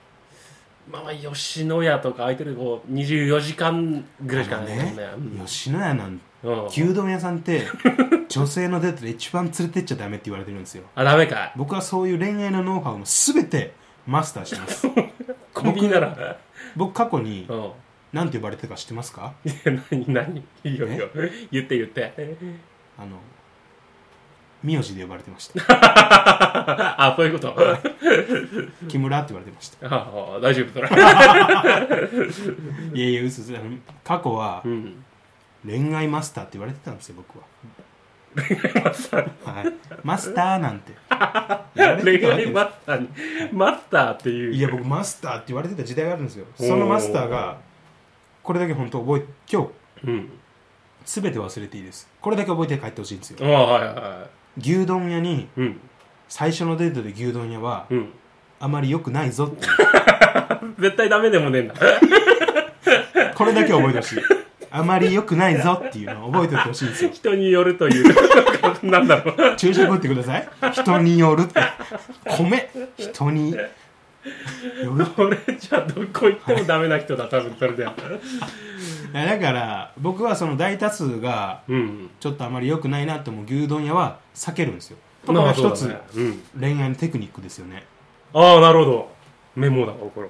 Speaker 2: まあまあ吉野家とか空いてるこう24時間ぐらいしかないもんね
Speaker 1: あの吉野家なんて
Speaker 2: うんうん
Speaker 1: 牛丼屋さんって 女性のデートで一番連れてっちゃダメって言われてるんですよ
Speaker 2: あダメか
Speaker 1: 僕はそういう恋愛のノウハウの全てマスターしてます
Speaker 2: コンビニなら
Speaker 1: 僕過去に
Speaker 2: うん
Speaker 1: 何て呼ばれてたか知ってますか
Speaker 2: いや何何いいよいいよ言って言って
Speaker 1: あの名字で呼ばれてま した
Speaker 2: あそういうこと
Speaker 1: 木村って言われてました
Speaker 2: ああ大丈夫それ
Speaker 1: いやいや嘘嘘あの過去は
Speaker 2: うん
Speaker 1: 恋愛マスターって言われてたんですよ僕は恋愛マスター、はい、マスターなんて言われて
Speaker 2: 恋
Speaker 1: たわけ
Speaker 2: 愛
Speaker 1: です
Speaker 2: マスターにマスターっていう
Speaker 1: い
Speaker 2: い
Speaker 1: や僕マスターって言われてた時代があるんですよそのマスターがこれだけ本当覚え今日
Speaker 2: うん
Speaker 1: 全て忘れていいですこれだけ覚えて帰ってほしいんですよ
Speaker 2: ああはいは
Speaker 1: 牛丼屋に
Speaker 2: いうん
Speaker 1: 最初のデートで牛丼屋は
Speaker 2: うん
Speaker 1: あまり良くないぞって
Speaker 2: 絶対ダメでもねえんだ
Speaker 1: これだけ覚えてほしいあまり良くないぞっていうのを覚えておいてほしいんですよ
Speaker 2: 人によるという かなんだろう
Speaker 1: 注釈打ってください人によるって米人による
Speaker 2: 俺じゃあどこ行ってもダメな人だ多分それで
Speaker 1: いやだから僕はその大多数が
Speaker 2: うん
Speaker 1: ちょっとあまり良くないなと思う牛丼屋は避けるんですよこれ
Speaker 2: ま
Speaker 1: は
Speaker 2: あそ
Speaker 1: 一
Speaker 2: うだ
Speaker 1: つ
Speaker 2: ねうん
Speaker 1: 恋愛のテクニックですよね
Speaker 2: ああなるほどメモだわこれは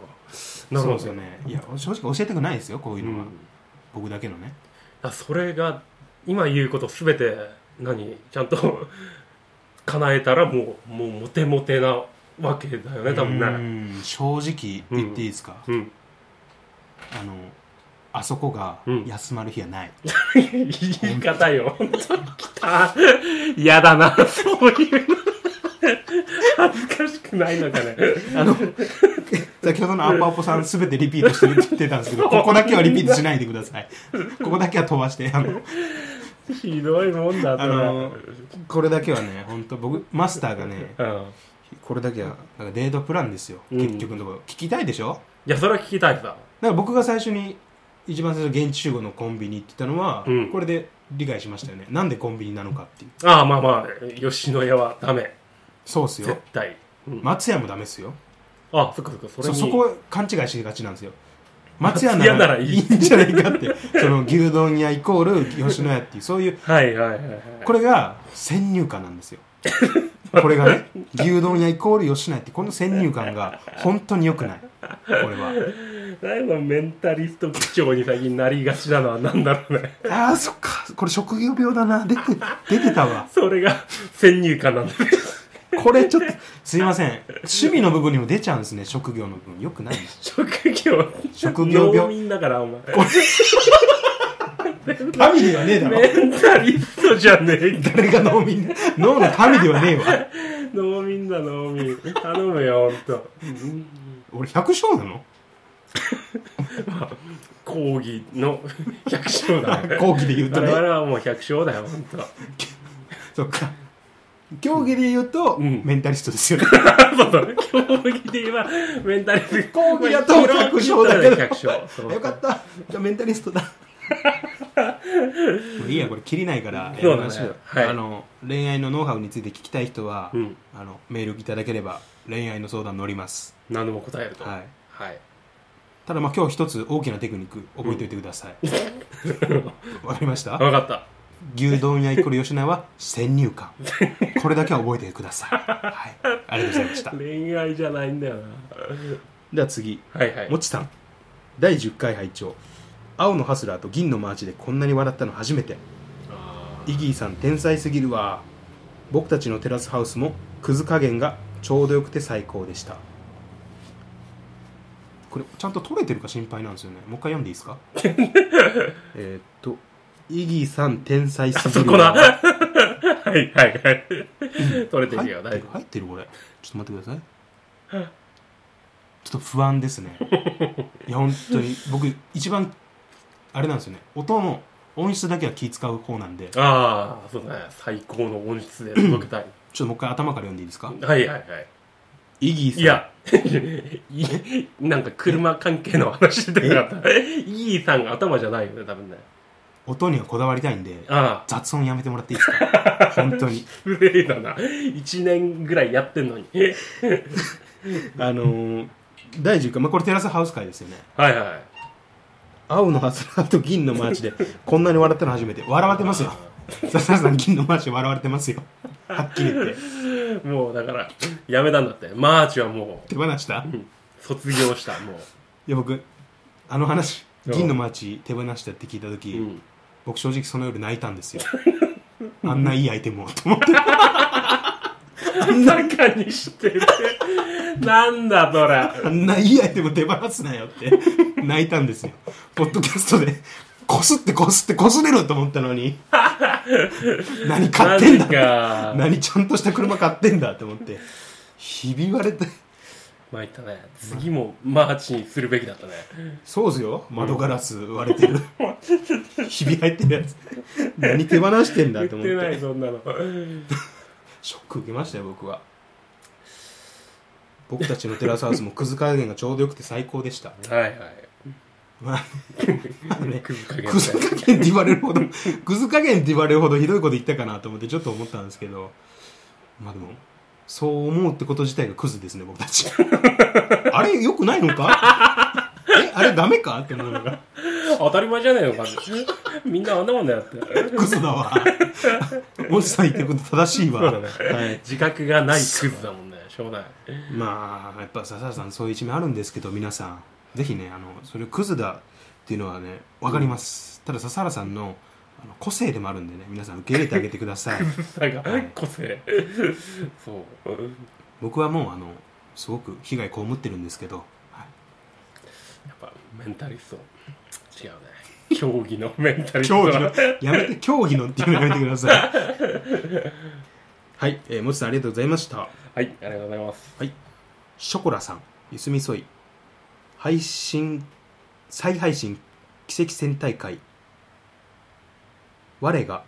Speaker 1: そ
Speaker 2: なる
Speaker 1: う
Speaker 2: ほど
Speaker 1: ですよねいや正直教えたくないですよこういう
Speaker 2: う
Speaker 1: のは、
Speaker 2: ん
Speaker 1: 僕だけのね
Speaker 2: あそれが今言うことすべて何ちゃんと 叶えたらもうもうモテモテなわけだよね多分
Speaker 1: う
Speaker 2: ね
Speaker 1: ん正直言っていいですか、
Speaker 2: うん
Speaker 1: あのあそこが
Speaker 2: うん
Speaker 1: 休まる日はない、
Speaker 2: 言い方よ本当にきた嫌だなそういうの恥ずかしくないのかね
Speaker 1: あの 先ほどのアンパーポさんすべてリピートしてるって言ってたんですけ ど、ここだけはリピートしないでください。ここだけは飛ばして、あの、
Speaker 2: ひどいもんだ
Speaker 1: あのこれだけはね、本当僕、マスターがね、
Speaker 2: うん、い
Speaker 1: これだけは、なんかデートプランですよ。
Speaker 2: うん
Speaker 1: 結局のところ。聞きたいでしょ
Speaker 2: やそれは聞きたいさ
Speaker 1: だから僕が最初に、一番最初現地集合のコンビニって言ったのは、
Speaker 2: うん
Speaker 1: これで理解しましたよね。なんでコンビニなのかっていう。
Speaker 2: ああまあまあ吉野家はダメ
Speaker 1: そうっす
Speaker 2: 絶
Speaker 1: よ。
Speaker 2: 対、うん
Speaker 1: 松屋もダメっすよ。
Speaker 2: あそっかそっかそれ
Speaker 1: そ
Speaker 2: に
Speaker 1: そこは勘違いしがちなんですよ松屋
Speaker 2: 松屋
Speaker 1: な
Speaker 2: な
Speaker 1: ら
Speaker 2: ら
Speaker 1: い
Speaker 2: い
Speaker 1: い
Speaker 2: い
Speaker 1: んじゃないかってその牛丼屋イコール吉野家っていうそういう
Speaker 2: はいはいはいはい
Speaker 1: これが先入観なんですよこれがね牛丼屋イコール吉野家ってこの先入観が本当に良くないこれは
Speaker 2: だいぶメンタリスト基調に最近なりがちなのは何だろうね
Speaker 1: あーそっかこれ職業病だな出て出てたわ
Speaker 2: それが先入観なんだね
Speaker 1: これちょっとすいません趣味の部分にも出ちゃうんですね職業の部分良くないな
Speaker 2: 職業
Speaker 1: 職業病
Speaker 2: 農民だからお前
Speaker 1: 民ではねえだろ
Speaker 2: メンタリストじゃねえか
Speaker 1: 誰が農民脳の民ではねえわ
Speaker 2: 農民だ農民頼むよほんと
Speaker 1: 俺百姓なの
Speaker 2: 講義の 百姓だね
Speaker 1: 後期で言うと
Speaker 2: 我
Speaker 1: ね
Speaker 2: 々はもう百姓だよほんと
Speaker 1: そっか。競技で言うと、
Speaker 2: うん
Speaker 1: メンタリストですよね。
Speaker 2: そうだ競技で言えばメンタリスト
Speaker 1: 講義だと百姓だけど
Speaker 2: 百姓そう
Speaker 1: よかった。じゃあメンタリス トだ。もういいや、これ、切りないから、
Speaker 2: そうだね
Speaker 1: やめましょうよ
Speaker 2: はい
Speaker 1: あの恋愛のノウハウについて聞きたい人は、
Speaker 2: うん
Speaker 1: あのメールいただければ、恋愛の相談乗ります。
Speaker 2: 何でも答えると
Speaker 1: はい、
Speaker 2: はい
Speaker 1: ただ、まあ今日一つ大きなテクニック、覚えておいてください。わ、かりました
Speaker 2: 分かった
Speaker 1: 牛丼屋イコール吉野家は先入観。これだけは覚えてください。はい、ありがとうございました。
Speaker 2: 恋愛じゃないんだよな
Speaker 1: では次。
Speaker 2: はいはい
Speaker 1: もちさん第10回拝聴青のハスラーと銀のマーチでこんなに笑ったの初めて
Speaker 2: あ
Speaker 1: イギーさん天才すぎるわ僕たちのテラスハウスもくず加減がちょうどよくて最高でしたこれちゃんと取れてるか心配なんですよねもう一回読んでいいです かえーっとイギーさん天才すぎ
Speaker 2: そ
Speaker 1: る
Speaker 2: こだ
Speaker 1: わ
Speaker 2: はいはいはい取れてる
Speaker 1: 入
Speaker 2: よ
Speaker 1: っ
Speaker 2: 大
Speaker 1: て
Speaker 2: 丈
Speaker 1: る入ってるこれちょっと待ってくださいちょっと不安です ねいや本当に僕一番あれなんですよね音の音質だけは気使う方なんでちょ
Speaker 2: 夫ああそうだね最高の音質で届けたい
Speaker 1: っともう一回頭から読んでいいですか
Speaker 2: はいはいはい
Speaker 1: イギーさん
Speaker 2: いやい なんか車関係の話でなかったいいさん頭じゃないよね多分ね
Speaker 1: 音にはこだわりたいんで
Speaker 2: ああ
Speaker 1: 雑音やめてもらっていいです か本当に
Speaker 2: 失礼だな1年ぐらいやってんのに
Speaker 1: あのー第10回、まあ、これテラスハウス会ですよね
Speaker 2: はいはい
Speaker 1: 青のハスラーと銀のマー チでこんなに笑ったの初めて笑われて ますよ笹原さん銀のマーチ笑われてますよはっきり言って
Speaker 2: もうだからやめたんだってマーチはも
Speaker 1: 手放した
Speaker 2: ううん卒業したも
Speaker 1: いや僕あの話
Speaker 2: うん
Speaker 1: 銀のマーチ手放したって聞いた時、
Speaker 2: う、 うん、
Speaker 1: 僕正直その夜泣いたんですよあんないいアイテムをと思って
Speaker 2: バカにしてるなんだそれ
Speaker 1: あんないいアイテム手放すなよって泣いたんですよポッドキャストでこすってこすってこすれると思ったのに何買ってん
Speaker 2: マジ
Speaker 1: だ
Speaker 2: か
Speaker 1: 何ちゃんとした車買ってんだと思ってひび割れて
Speaker 2: まいったね次もマーチにするべきだったね
Speaker 1: そうですよ窓ガラス割れてるひび入ってるやつ何手放してんだ
Speaker 2: 言っ
Speaker 1: と思って
Speaker 2: てないそんなの
Speaker 1: ショック受けましたよ僕は僕たちのテラスハウスもくず加減がちょうどよくて最高でした
Speaker 2: はいはい
Speaker 1: まああのね
Speaker 2: くずかげ
Speaker 1: くず加減って言われるほどくず加減って言われるほどひどいこと言ったかなと思ってちょっと思ったんですけどまあでもそう思うってこと自体がクズですね僕たちあれよくないのかえあれダメかって思うのが
Speaker 2: 当たり前じゃねえのかみんなあんなもんだよって
Speaker 1: クズだわおじさん言ってること正しいわ、はい、
Speaker 2: 自覚がないクズだもんねしょうがない
Speaker 1: まあやっぱ笹原さんそういう一面あるんですけど皆さんぜひねあのそれをクズだっていうのはね分かります、ただ笹原さんのあの個性でもあるんでね皆さん受け入れてあげてください
Speaker 2: さが個性そう
Speaker 1: 僕はもうあのすごく被害被ってるんですけど、はい
Speaker 2: やっぱメンタリスト違うね競技のメンタリスト
Speaker 1: 競技のやめて競技のっていうのやめてくださいはい、えー、もちさんありがとうございました
Speaker 2: はいありがとうございます
Speaker 1: ショコラさん、ゆすみそい、配信再配信奇跡戦大会我が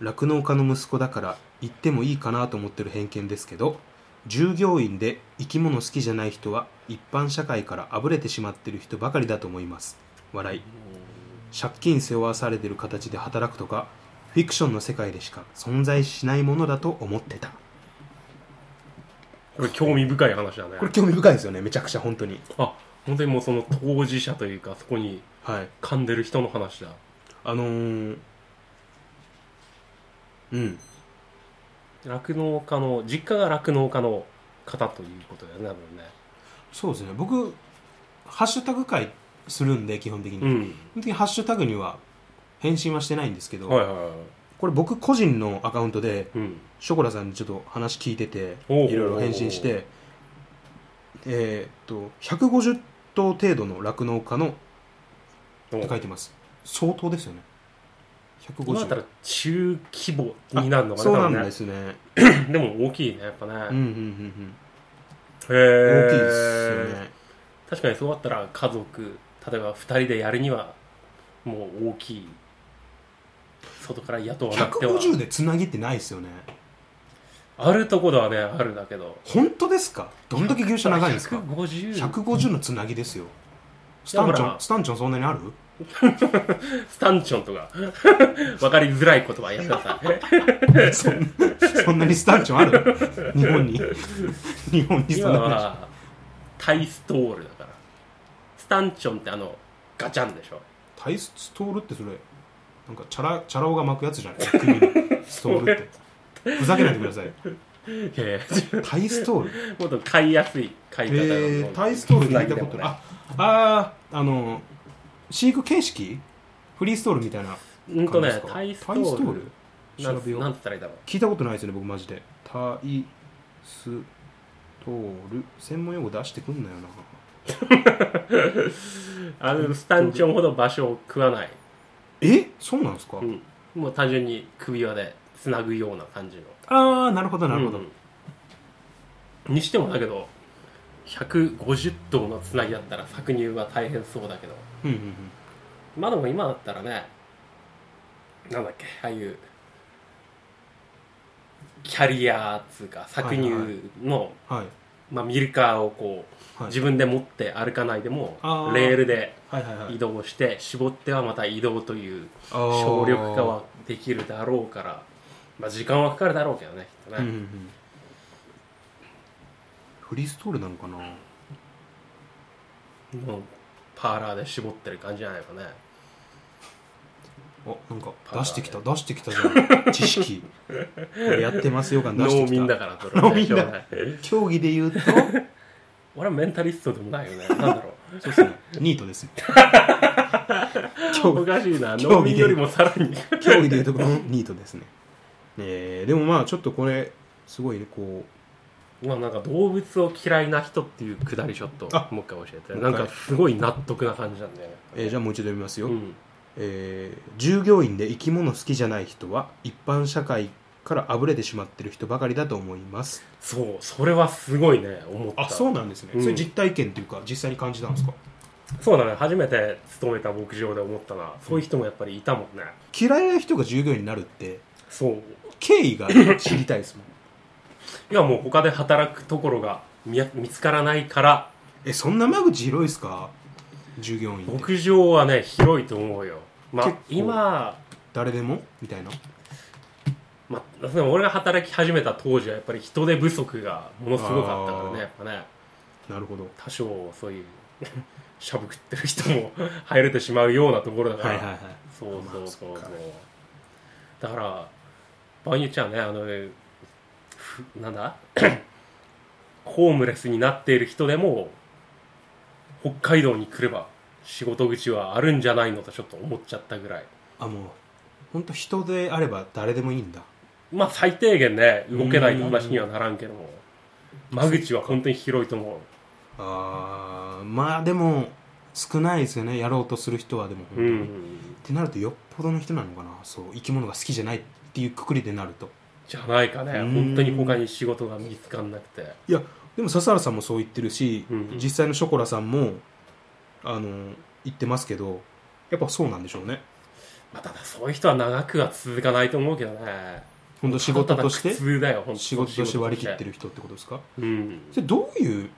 Speaker 1: 酪農家の息子だから言ってもいいかなと思ってる偏見ですけど従業員で生き物好きじゃない人は一般社会からあぶれてしまってる人ばかりだと思います笑い借金背負わされてる形で働くとかフィクションの世界でしか存在しないものだと思ってた
Speaker 2: これ興味深い話だね
Speaker 1: これ興味深いですよねめちゃくちゃ本当に
Speaker 2: あ本当にもうその当事者というかそこに
Speaker 1: はい
Speaker 2: 噛んでる人の話だ
Speaker 1: あのー、うん
Speaker 2: 酪農家の実家が酪農家の方ということだよね多分ね
Speaker 1: そうですね僕ハッシュタグ会するんで基本的に、
Speaker 2: うん
Speaker 1: 基本的にハッシュタグには返信はしてないんですけど、
Speaker 2: はいはいはい
Speaker 1: これ僕個人のアカウントで
Speaker 2: うん
Speaker 1: ショコラさんにちょっと話聞いてて
Speaker 2: おうおうおう
Speaker 1: いろいろ返信してえーっと150頭程度の酪農家の
Speaker 2: お
Speaker 1: って書いてます相当ですよね
Speaker 2: 今だったら
Speaker 1: 150
Speaker 2: 中規模になるのかな
Speaker 1: そうなん
Speaker 2: 多分
Speaker 1: で
Speaker 2: ね
Speaker 1: すね
Speaker 2: でも大きいねやっぱね、
Speaker 1: うんうんうん
Speaker 2: へ
Speaker 1: うん大
Speaker 2: え
Speaker 1: きいですよね
Speaker 2: 確かにそうだったら家族例えば2人でやるにはもう大きい外から雇わなくては
Speaker 1: 150でつなぎってないですよね
Speaker 2: あるとこではねあるだけど
Speaker 1: 本当ですかどんだけ牛舎長いんですか
Speaker 2: 150
Speaker 1: 150のつなぎですよスタンチ
Speaker 2: だか
Speaker 1: ョ
Speaker 2: ら
Speaker 1: ンスタンチョンそんなにある
Speaker 2: スタンチョンと か分かりづらい言葉やってください
Speaker 1: そんそんなにスタンチョンある日本 に日本に
Speaker 2: 今
Speaker 1: そんなに
Speaker 2: はタイストールだからスタンチョンってあのガチャンでしょ
Speaker 1: タイストールってそれなんかチャラチャラ男が巻くやつじゃない首にストールってふざけないでください
Speaker 2: へ
Speaker 1: タイストール
Speaker 2: えもっと買いやすい買い方
Speaker 1: えー、タイストール聞いたことない
Speaker 2: あ
Speaker 1: ああーあの飼育形式フリーストールみたいな
Speaker 2: うんと
Speaker 1: 感じで
Speaker 2: ね
Speaker 1: すか
Speaker 2: タイスト
Speaker 1: タイスト
Speaker 2: ー
Speaker 1: ー
Speaker 2: ル
Speaker 1: ル
Speaker 2: なん
Speaker 1: 調べよう
Speaker 2: なんつったらいいだろう
Speaker 1: 聞いたことないですね僕マジでタイストール専門用語出してくんなよな
Speaker 2: あのスタンチョンほど場所を食わない、
Speaker 1: えそうなんですか、
Speaker 2: うん、もう単純に首輪でつなぐような感じの
Speaker 1: ああなるほどなるほど、
Speaker 2: うんにしてもだけど150頭のつなぎだったら搾乳は大変そうだけど
Speaker 1: うんうんうん
Speaker 2: まあでも今だったらねなんだっけああいうキャリアーっつうか搾乳の、
Speaker 1: はい
Speaker 2: まあ、ミルカーをこう、
Speaker 1: はい
Speaker 2: 自分で持って歩かないでも
Speaker 1: あー
Speaker 2: レールで
Speaker 1: はいはいは
Speaker 2: 移
Speaker 1: い
Speaker 2: 動して絞ってはまた移動という
Speaker 1: あー
Speaker 2: 省力化はできるだろうから、まあ、時間はかかるだろうけどねきっと
Speaker 1: うんうんう
Speaker 2: ね、
Speaker 1: んフリーストールなのかな
Speaker 2: もうパーラーで絞ってる感じじゃないかね
Speaker 1: あなんか出してきた出してきたじ ゃん知識これやってますよ感出してきた
Speaker 2: 農民だからそれ
Speaker 1: 農
Speaker 2: はね
Speaker 1: 民だ
Speaker 2: しょうがない
Speaker 1: 競技で言うと
Speaker 2: 俺はメンタリストでもないよねなん だろ
Speaker 1: そうですねニート ですね競
Speaker 2: うお
Speaker 1: 技
Speaker 2: かしいな
Speaker 1: 競技で
Speaker 2: 農民よりもさらに
Speaker 1: 競技で言うとこの ニートですねえー、でもまあちょっとこれすごいねこ
Speaker 2: まあなんか動物を嫌いな人っていうくだりちょっと
Speaker 1: あ
Speaker 2: もう一回教えて
Speaker 1: もう一
Speaker 2: なん
Speaker 1: 回
Speaker 2: かすごい納得な感じなんだよね
Speaker 1: う、えーじゃあもう一度読みますよ、
Speaker 2: うん
Speaker 1: えー従業員で生き物好きじゃない人は一般社会からあぶれてしまってる人ばかりだと思います
Speaker 2: そうそれはすごいね思った
Speaker 1: あそうなんですね、
Speaker 2: うん
Speaker 1: それ実体験というか実際に感じたんですか
Speaker 2: そうだね初めて勤めた牧場で思ったなそういう人もやっぱりいたもんね
Speaker 1: 嫌いな人が従業員になるって
Speaker 2: そう
Speaker 1: 経緯が知りたいですもん
Speaker 2: いやもう他で働くところが見や見つからないから
Speaker 1: えそんな間口広いですか従業員って
Speaker 2: 牧場はね広いと思うよまあ
Speaker 1: 結構
Speaker 2: 今、
Speaker 1: 誰でもみたいな
Speaker 2: まあ、でも俺が働き始めた当時はやっぱり人手不足がものすごかったからねやっぱね
Speaker 1: なるほど
Speaker 2: 多少そういうしゃぶ食ってる人も入れてしまうようなところだか
Speaker 1: は
Speaker 2: ら、
Speaker 1: いはいはい
Speaker 2: そうそうそう
Speaker 1: まあ
Speaker 2: そ
Speaker 1: そっ
Speaker 2: う
Speaker 1: か
Speaker 2: だから場合によっちゃねあのふなんだ ホームレスになっている人でも北海道に来れば仕事口はあるんじゃないのとちょっと思っちゃったぐらい
Speaker 1: あもう本当人であれば誰でもいいんだ
Speaker 2: まあ最低限ね動けないと話にはならんけども間口は本当に広いと思
Speaker 1: あーまあでも少ないですよねやろうとする人はでも本
Speaker 2: う、
Speaker 1: 当
Speaker 2: う
Speaker 1: に、っ
Speaker 2: ん、
Speaker 1: てなるとよっぽどの人なのかなそう生き物が好きじゃないっていうくくりでなると
Speaker 2: じゃないかね
Speaker 1: うん
Speaker 2: 本当に他に仕事が見つかんなくて
Speaker 1: でも笹原さんもそう言ってるし、
Speaker 2: うん
Speaker 1: 実際のショコラさんもあの言ってますけどやっぱそうなんでしょうね
Speaker 2: まあ、ただそういう人は長くは続かないと思うけどね
Speaker 1: 本当仕事として
Speaker 2: 普通だよ本当
Speaker 1: 仕事として割り切ってる人ってことですか
Speaker 2: うん
Speaker 1: それどういう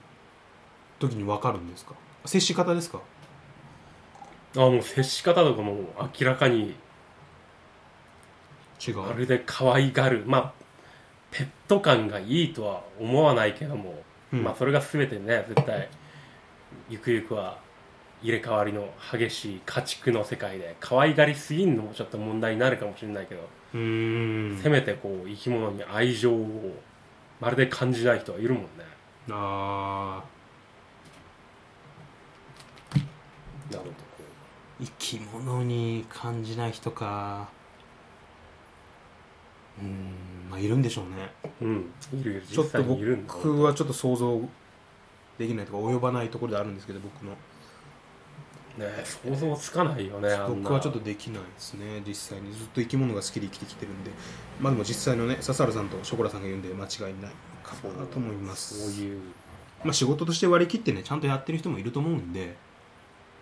Speaker 1: 時に分かるんですか接し方ですか
Speaker 2: あもう接し方とかもう明らかに
Speaker 1: 違う
Speaker 2: まるで可愛がるまあペット感がいいとは思わないけども、
Speaker 1: うん
Speaker 2: まあそれが全てね絶対ゆくゆくは入れ替わりの激しい家畜の世界で可愛がりすぎんのもちょっと問題になるかもしれないけど、
Speaker 1: うー
Speaker 2: せ
Speaker 1: ん
Speaker 2: めてこう生き物に愛情をまるで感じない人はいるもんね
Speaker 1: あ
Speaker 2: なるほど
Speaker 1: ー生き物に感じない人かうーんまあいるんでしょうね
Speaker 2: うんいるいる
Speaker 1: ちょ
Speaker 2: 実
Speaker 1: っと
Speaker 2: 際にいるんだ
Speaker 1: 僕はちょっと想像できないとか及ばないところであるんですけど僕の
Speaker 2: ね想像つかないよねあんな
Speaker 1: 僕はちょっとできないですね実際にずっと生き物が好きで生きてきてるんでまあでも実際のね笹原さんとショコラさんが言うんで間違いないかなと思います
Speaker 2: そういう
Speaker 1: まあ、仕事として割り切ってねちゃんとやってる人もいると思うんで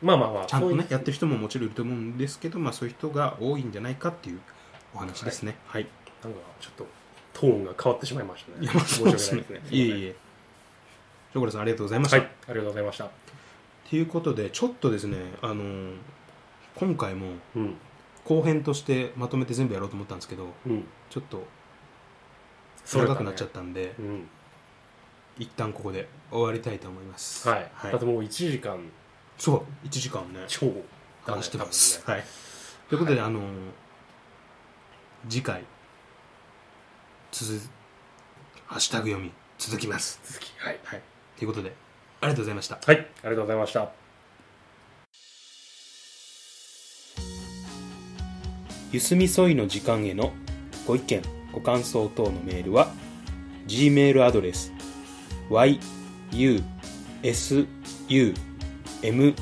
Speaker 2: まあまあまあ
Speaker 1: ちゃんと
Speaker 2: そうい
Speaker 1: ね
Speaker 2: う
Speaker 1: やってる人ももちろんいると思うんですけど、まあ、そういう人が多いんじゃないかっていうお話ですねはい、
Speaker 2: なんかちょっとトーンが変わってしまいましたね。
Speaker 1: い、やまあそうですね
Speaker 2: 申し訳ないですね
Speaker 1: いえいえショコラさんありがとうございまし
Speaker 2: は
Speaker 1: た、
Speaker 2: い、ありがとうございました。
Speaker 1: ということでちょっとですねあのー今回も
Speaker 2: うん、
Speaker 1: 後編としてまとめて全部やろうと思ったんですけど
Speaker 2: うん、
Speaker 1: ちょっと
Speaker 2: それだ
Speaker 1: 長
Speaker 2: ね
Speaker 1: くなっちゃったんで、
Speaker 2: うん、
Speaker 1: 一旦ここで終わりたいと思います
Speaker 2: はい、
Speaker 1: はい
Speaker 2: だってもう一時間
Speaker 1: そう1時間ね
Speaker 2: 超だね
Speaker 1: 話してます、
Speaker 2: 多
Speaker 1: はい、ということで、あのー次回つづハッシュタグ読み続きます
Speaker 2: 分ね続きはい、
Speaker 1: はいということでありがとうございました
Speaker 2: はい、ありがとうございました。
Speaker 1: ゆすみそいの時間へのご意見ご感想等のメールは g メールアドレス y u s u m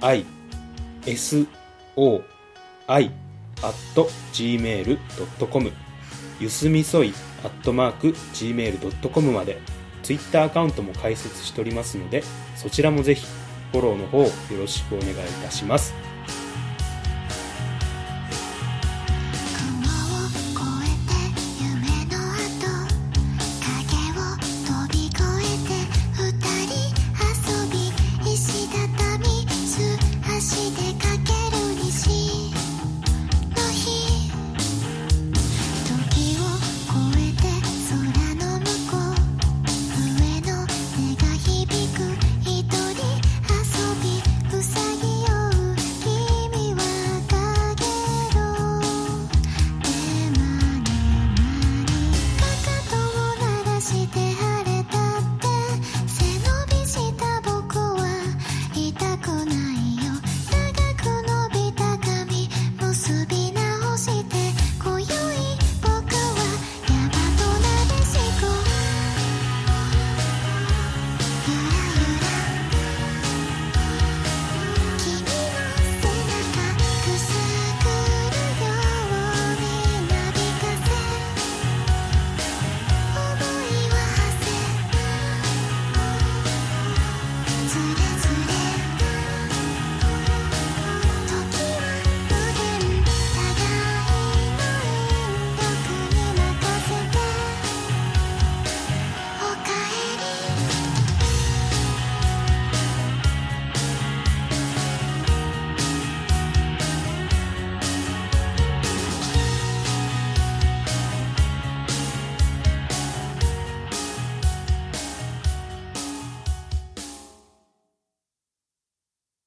Speaker 1: i s o i gmail.com ゆすみそい gmail.com までツイッターアカウントも開設しておりますのでそちらもぜひフォローの方よろしくお願いいたします